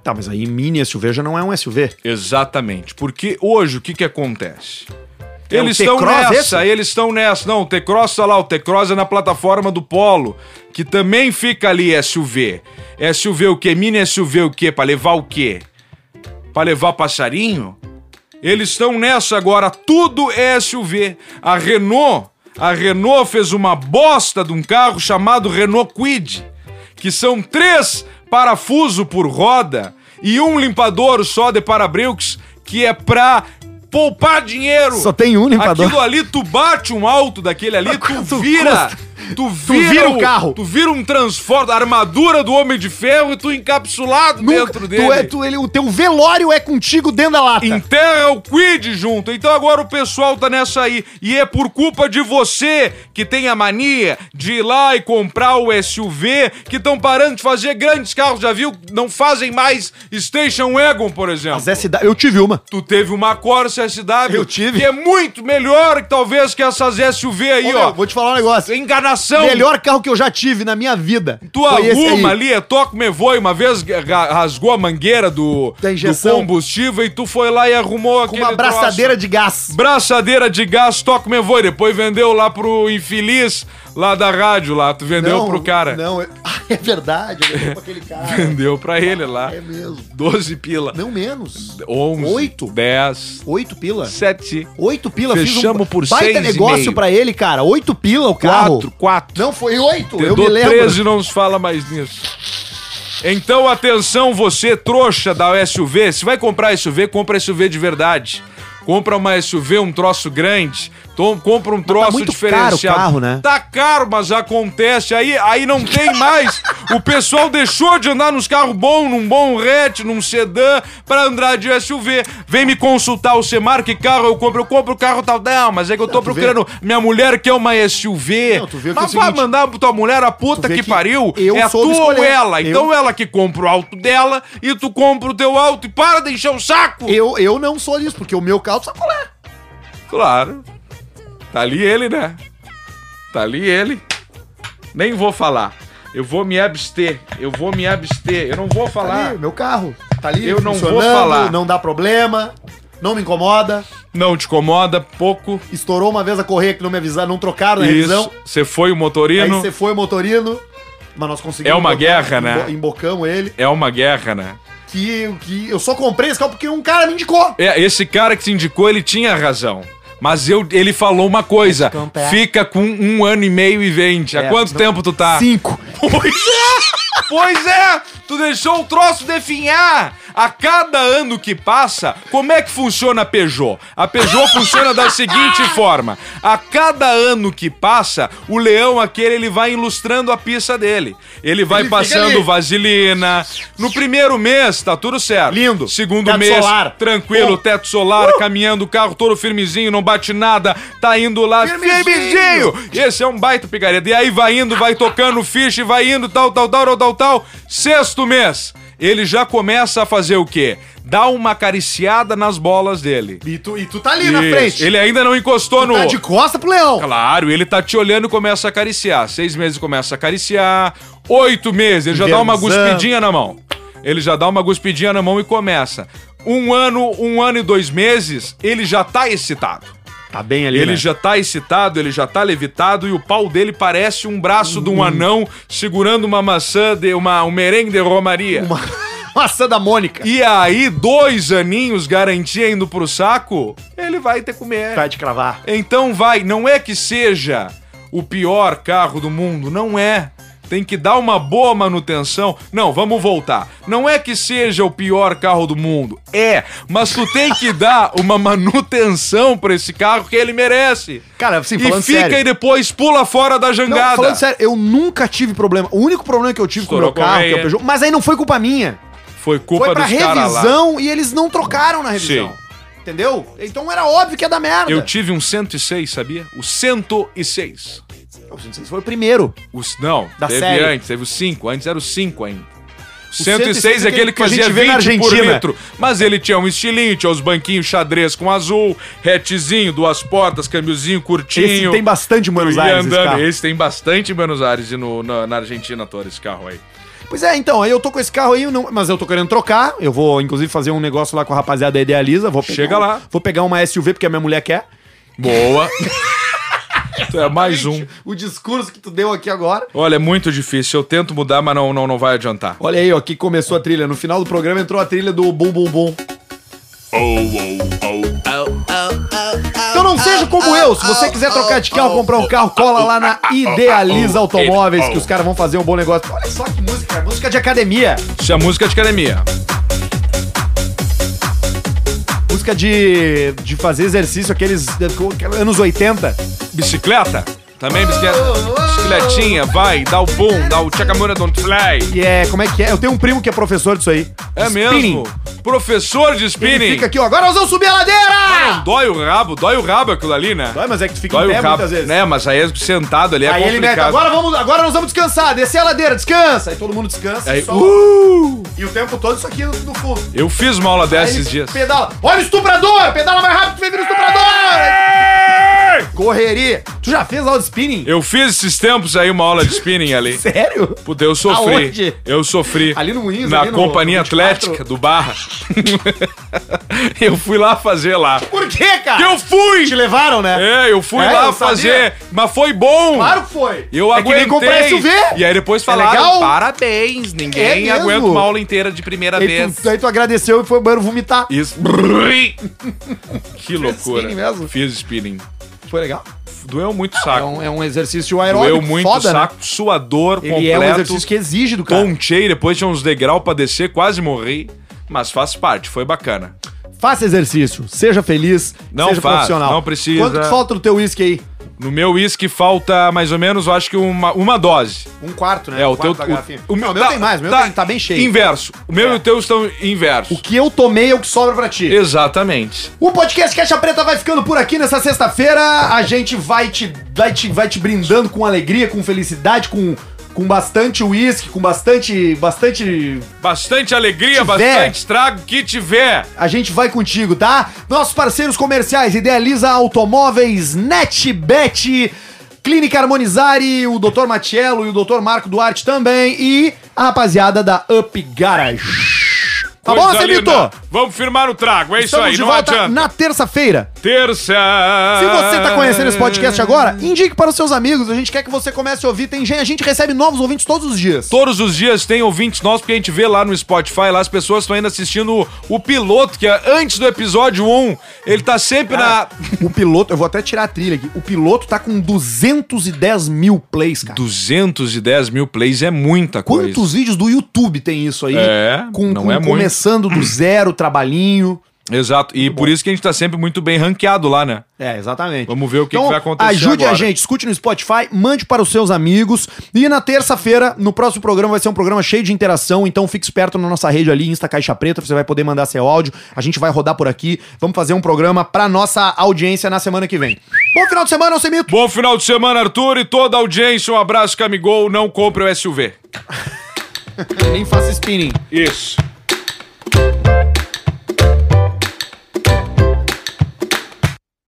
A: Tá, mas aí mini SUV já não é um SUV.
B: Exatamente. Porque hoje o que, que acontece?
A: É
B: Eles
A: o
B: estão
A: T-Cross
B: nessa, eles estão nessa. Não, o T-Cross, olha lá, o T-Cross é na plataforma do Polo, que também fica ali SUV. SUV o quê? Mini SUV o quê? Pra levar o quê? Pra levar passarinho? Eles estão nessa agora, tudo é SUV. A Renault, a Renault fez uma bosta de um carro chamado Renault Quid, que são três parafusos por roda e um limpador só de para-bricks, que é pra poupar dinheiro.
A: Só tem um limpador.
B: Aquilo ali, tu bate um alto daquele ali, tu
A: quanto
B: vira...
A: custa?
B: Tu vira,
A: vira o carro.
B: Tu vira um transformador, a armadura do Homem de Ferro e tu encapsulado dentro dele. Então.
A: Tu é, tu, ele, o teu velório é contigo dentro da lata.
B: Enterra é o Quid junto. Então agora o pessoal tá nessa aí. E é por culpa de você que tem a mania de ir lá e comprar o SUV que estão parando de fazer grandes carros. Já viu? Não fazem mais Station Wagon, por exemplo.
A: Mas essa idade- Eu tive uma.
B: Tu teve uma Corsa SW.
A: Eu tive.
B: Que é muito melhor, talvez, que essas SUV aí,
A: Ô,
B: ó.
A: meu, vou te falar um negócio.
B: Enganação.
A: Melhor carro que eu já tive na minha vida.
B: Tu
A: Foi esse aí.
B: arruma ali, é toque me voe, uma vez ra- rasgou a mangueira do,
A: Da
B: do
A: injeção.
B: combustível e tu foi lá e arrumou
A: Com
B: aquele
A: uma braçadeira de
B: troço.
A: gás.
B: Braçadeira de gás, toque me voe. Depois vendeu lá pro infeliz lá da rádio lá, tu vendeu pro cara.
A: Não, eu- Ah, é verdade. Eu dei pra aquele cara.
B: Vendeu pra ele lá.
A: É mesmo.
B: 12 pila.
A: Não menos.
B: 11,
A: Oito?
B: 10,
A: Oito pila.
B: 7,
A: Oito pila. um
B: Fechamos por seis
A: Baita
B: e
A: negócio
B: meio.
A: pra ele, cara. Oito pila o carro.
B: 4, 4.
A: Não, foi oito.
B: Te
A: eu
B: dou
A: me lembro.
B: 13 não se fala mais nisso. Então, atenção, você trouxa da SUV. Se vai comprar SUV, compra SUV de verdade. Compra uma SUV, um troço grande. Tom, compra um troço
A: tá muito
B: diferenciado.
A: caro o carro, né?
B: Tá caro, mas acontece. Aí, aí não tem mais. o pessoal deixou de andar nos carros bons, num bom hatch, num sedã, pra andar de SUV. Vem me consultar o Semar, que carro eu compro? Eu compro o carro tal. Não, mas é que eu tô
A: tu vê.
B: procurando. Minha mulher quer uma SUV.
A: Não, tu vê que é o
B: mas vai
A: seguinte,
B: mandar mandar pra tua mulher a puta
A: Tu vê
B: que,
A: que
B: pariu
A: eu
B: é
A: soube
B: tu ou
A: escolher.
B: ela.
A: Eu-
B: Então ela que compra o auto dela e tu compra o teu auto e para de encher o saco.
A: Eu, eu não sou disso, porque o meu carro sabe qual é.
B: Claro. Tá ali ele, né? Tá ali ele. Nem vou falar. Eu vou me abster. Eu vou me abster. Eu não vou falar.
A: Ali, meu carro. Tá ali,
B: Eu não vou
A: funcionando,
B: falar.
A: Não dá problema. Não me incomoda.
B: Não te incomoda pouco.
A: Estourou uma vez a correia que não me avisaram, não trocaram na
B: Isso.
A: revisão.
B: Você foi o
A: Aí
B: motorino.
A: você foi motorino, mas nós conseguimos.
B: É uma guerra, né?
A: embo- Embocamos ele.
B: É uma guerra, né?
A: Que, que eu só comprei esse carro porque um cara me indicou.
B: É, esse cara que te indicou, ele tinha razão. Mas eu, ele falou uma coisa:
A: comprar.
B: fica com um ano e meio e vende. Há
A: É,
B: quanto
A: não-
B: tempo tu tá?
A: Cinco.
B: Pois é! Pois é! Tu deixou o troço definhar! A cada ano que passa, como é que funciona a Peugeot? A Peugeot funciona da seguinte forma: a cada ano que passa, o leão aquele ele vai ilustrando a pista dele. Ele vai
A: Ele fica
B: passando
A: ali.
B: vaselina. No primeiro mês, tá tudo certo.
A: Lindo.
B: Segundo
A: Teto
B: mês,
A: solar.
B: tranquilo,
A: Bom.
B: teto solar,
A: Uh!
B: caminhando, o carro todo firmezinho, não bate nada, tá indo lá
A: Firmezinho.
B: firmezinho. Esse é um baita picareta. E aí vai indo, vai tocando ficha, e vai indo, tal, tal, tal, tal, tal, tal. Sexto mês, ele já começa a fazer o quê? Dá uma acariciada nas bolas dele.
A: E tu, e tu tá ali na
B: Isso.
A: frente.
B: Ele ainda não encostou no.
A: Tá de costa pro leão.
B: Claro, ele tá te olhando e começa a acariciar. Seis meses começa a acariciar. Oito meses, ele já dá uma
A: Invernizando.
B: guspidinha na mão. Ele já dá uma guspidinha na mão e começa. Um ano, um ano e dois meses, ele já tá excitado.
A: Tá bem ali.
B: Ele
A: né?
B: já tá excitado, ele já tá levitado e o pau dele parece um braço de um anão segurando uma maçã de uma um merengue de romaria.
A: Uma maçã da Mônica.
B: E aí, dois aninhos garantia indo pro saco, ele vai ter que comer.
A: Vai te tá cravar.
B: Então vai, não é que seja o pior carro do mundo, não é. Tem que dar uma boa manutenção. Não, vamos voltar. Não é que seja o pior carro do mundo. É, mas tu tem que dar uma manutenção pra esse carro que ele merece.
A: Cara, assim,
B: e
A: falando
B: fica
A: sério.
B: e depois pula fora da
A: Não,
B: jangada.
A: falando sério, eu nunca tive problema. O único problema que eu tive
B: Estourou
A: com o meu carro, que
B: correia.
A: é o Peugeot, mas aí não foi culpa minha.
B: Foi culpa
A: foi pra
B: dos caras lá.
A: revisão e eles não trocaram na revisão.
B: Sim.
A: Entendeu? Então era óbvio que ia dar merda.
B: Eu tive um 106, sabia? O 106.
A: Eu não sei se foi o primeiro.
B: Os, não,
A: Da
B: teve
A: série.
B: antes, teve o 5, antes era o 5 ainda. 106, é aquele que,
A: a gente
B: fazia
A: vê na
B: 20 por
A: Argentina.
B: litro. Mas ele tinha um estilinho, tinha os banquinhos xadrez com azul, retezinho, duas portas, câmbiozinho curtinho.
A: Esse tem bastante em Buenos
B: Ia
A: Aires, esse
B: andando.
A: carro.
B: Esse tem bastante em Buenos Aires e no- na, na Argentina todo esse carro aí.
A: Pois é, então, aí eu tô com esse carro aí, eu não- mas eu tô querendo trocar. Eu vou, inclusive, fazer um negócio lá com a rapaziada da Idealiza. Vou pegar
B: Chega
A: um-
B: lá.
A: Vou pegar uma SUV, porque a minha mulher quer.
B: Boa. Então é mais um.
A: O discurso que tu deu aqui agora.
B: Olha, é muito difícil. Eu tento mudar, mas não, não, não vai adiantar.
A: Olha aí, ó, que começou a trilha. No final do programa entrou a trilha do Bum Bum Bum. Então não seja como eu. Se você quiser trocar de carro, comprar um carro, cola lá na Idealiza Automóveis, que os caras vão fazer um bom negócio. Olha só que música, é música de academia.
B: Isso é música de academia.
A: Música de, de fazer exercício, aqueles eh, anos 80.
B: Bicicleta? Também bicicleta. Bicicletinha, vai, dá o boom, dá o chacamura don't fly.
A: E é, como é que é? Eu tenho um primo que é professor disso aí.
B: É
A: Spinning.
B: mesmo? Professor de
A: Ele
B: spinning.
A: fica aqui, ó. Agora nós vamos subir a
B: Ah,
A: ladeira!
B: não dói o rabo, dói o rabo aquilo ali, né?
A: Dói, mas é que tu fica
B: Dói
A: em
B: o
A: pé
B: rabo.
A: muitas vezes.
B: Né, mas aí sentado ali é
A: Aí ele mete,
B: complicado.
A: agora, vamos, agora nós vamos descansar, descer a ladeira, descansa. Aí todo mundo descansa.
B: Aí,
A: só-
B: uh,
A: E o tempo todo isso aqui no, no fundo.
B: eu fiz uma aula
A: Aí
B: dessas
A: ele
B: É esses dias.
A: Pedala. Olha o estuprador! Pedala mais rápido que vem vir o estuprador! Aí- Correria! Tu já fez aula de spinning?
B: Eu fiz esses tempos aí uma aula de spinning ali.
A: Sério?
B: Puta, eu sofri.
A: Aonde?
B: Eu sofri.
A: Ali no Windsor,
B: Na
A: ali no-
B: Companhia
A: no 24.
B: Atlética do Barra. eu fui lá fazer lá.
A: Por quê, cara?
B: Eu fui!
A: Te levaram, né?
B: É, eu fui
A: É,
B: lá
A: eu sabia.
B: fazer, mas foi bom.
A: Claro que foi.
B: Eu
A: é que
B: aguentei.
A: nem comprar SUV.
B: E aí depois
A: É
B: falaram,
A: legal?
B: parabéns, ninguém
A: É mesmo? então.
B: aguenta uma aula inteira de primeira
A: Aí
B: vez.
A: tu, aí tu agradeceu e foi ao banheiro vomitar.
B: Isso. que loucura.
A: spinning mesmo?
B: Fiz spinning.
A: Foi legal.
B: Doeu muito o
A: É
B: saco.
A: um, é um exercício aeróbico
B: Ah, Doeu muito o
A: foda,
B: saco, suador
A: né? Ele
B: completo.
A: é um exercício que exige do cara.
B: Pontei, depois tinha uns degrau pra descer, quase morri. Mas faz parte, foi bacana.
A: Faça exercício, seja feliz,
B: Não
A: seja
B: faz,
A: profissional.
B: não precisa.
A: Quanto que falta do teu uísque aí?
B: No meu uísque falta mais ou menos, eu acho que uma, uma dose.
A: Um quarto, né?
B: É,
A: Um
B: o teu.
A: quarto da garrafinha. Não, O, meu tem mais, o meu tem- tá bem cheio. É.
B: Inverso. O meu e o teu estão inverso.
A: O que eu tomei é o que sobra pra ti.
B: Exatamente.
A: O podcast Caixa Preta vai ficando por aqui nessa sexta-feira. A gente vai te, vai, te, vai te brindando com alegria, com felicidade, com, com bastante uísque, com bastante. bastante.
B: Bastante alegria,
A: Tiver.
B: bastante estrago que tiver.
A: A gente vai contigo, tá? Nossos parceiros comerciais, Idealiza Automóveis, NetBet, Clínica Harmonizari, o Dr. Matiello e o Dr. Marco Duarte também. E a rapaziada da Up Garage. Tá bom,
B: Coisa linda.
A: Cebito?
B: Vamos firmar o trago, é isso
A: Estamos
B: aí,
A: de
B: não
A: volta
B: adianta.
A: na terça-feira.
B: Terça.
A: Se você tá conhecendo esse
B: Ah.
A: podcast agora, indique para os seus amigos. A gente quer que você comece a ouvir. Tem gente, a gente recebe novos ouvintes todos os dias.
B: Todos os dias tem ouvintes nossos, porque a gente vê lá no Spotify, lá as pessoas estão ainda assistindo o, o piloto, que é antes do episódio 1. Ele tá sempre na.
A: O piloto, eu vou até tirar a trilha aqui. O piloto tá com 210 mil plays, cara.
B: 210 mil plays é muita coisa.
A: Quantos vídeos do YouTube tem isso aí?
B: É,
A: com,
B: não
A: com-
B: é muito.
A: começando do zero, trabalhinho.
B: Exato. E por isso que a gente tá sempre muito bem ranqueado lá, né?
A: É, exatamente. Então,
B: Vamos ver o que que vai acontecer
A: Ajude a
B: agora.
A: gente, escute no Spotify, mande para os seus amigos. E na terça-feira, no próximo programa, vai ser um programa cheio de interação. Então fique esperto na nossa rede ali, Insta Caixa Preta. Você vai poder mandar seu áudio. A gente vai rodar por aqui. Vamos fazer um programa para nossa audiência na semana que vem. Bom final de semana, Alcemito.
B: Bom final de semana, Arthur, e toda a audiência. Um abraço, Camigol. Não compre o SUV.
A: Nem faça spinning.
B: Isso.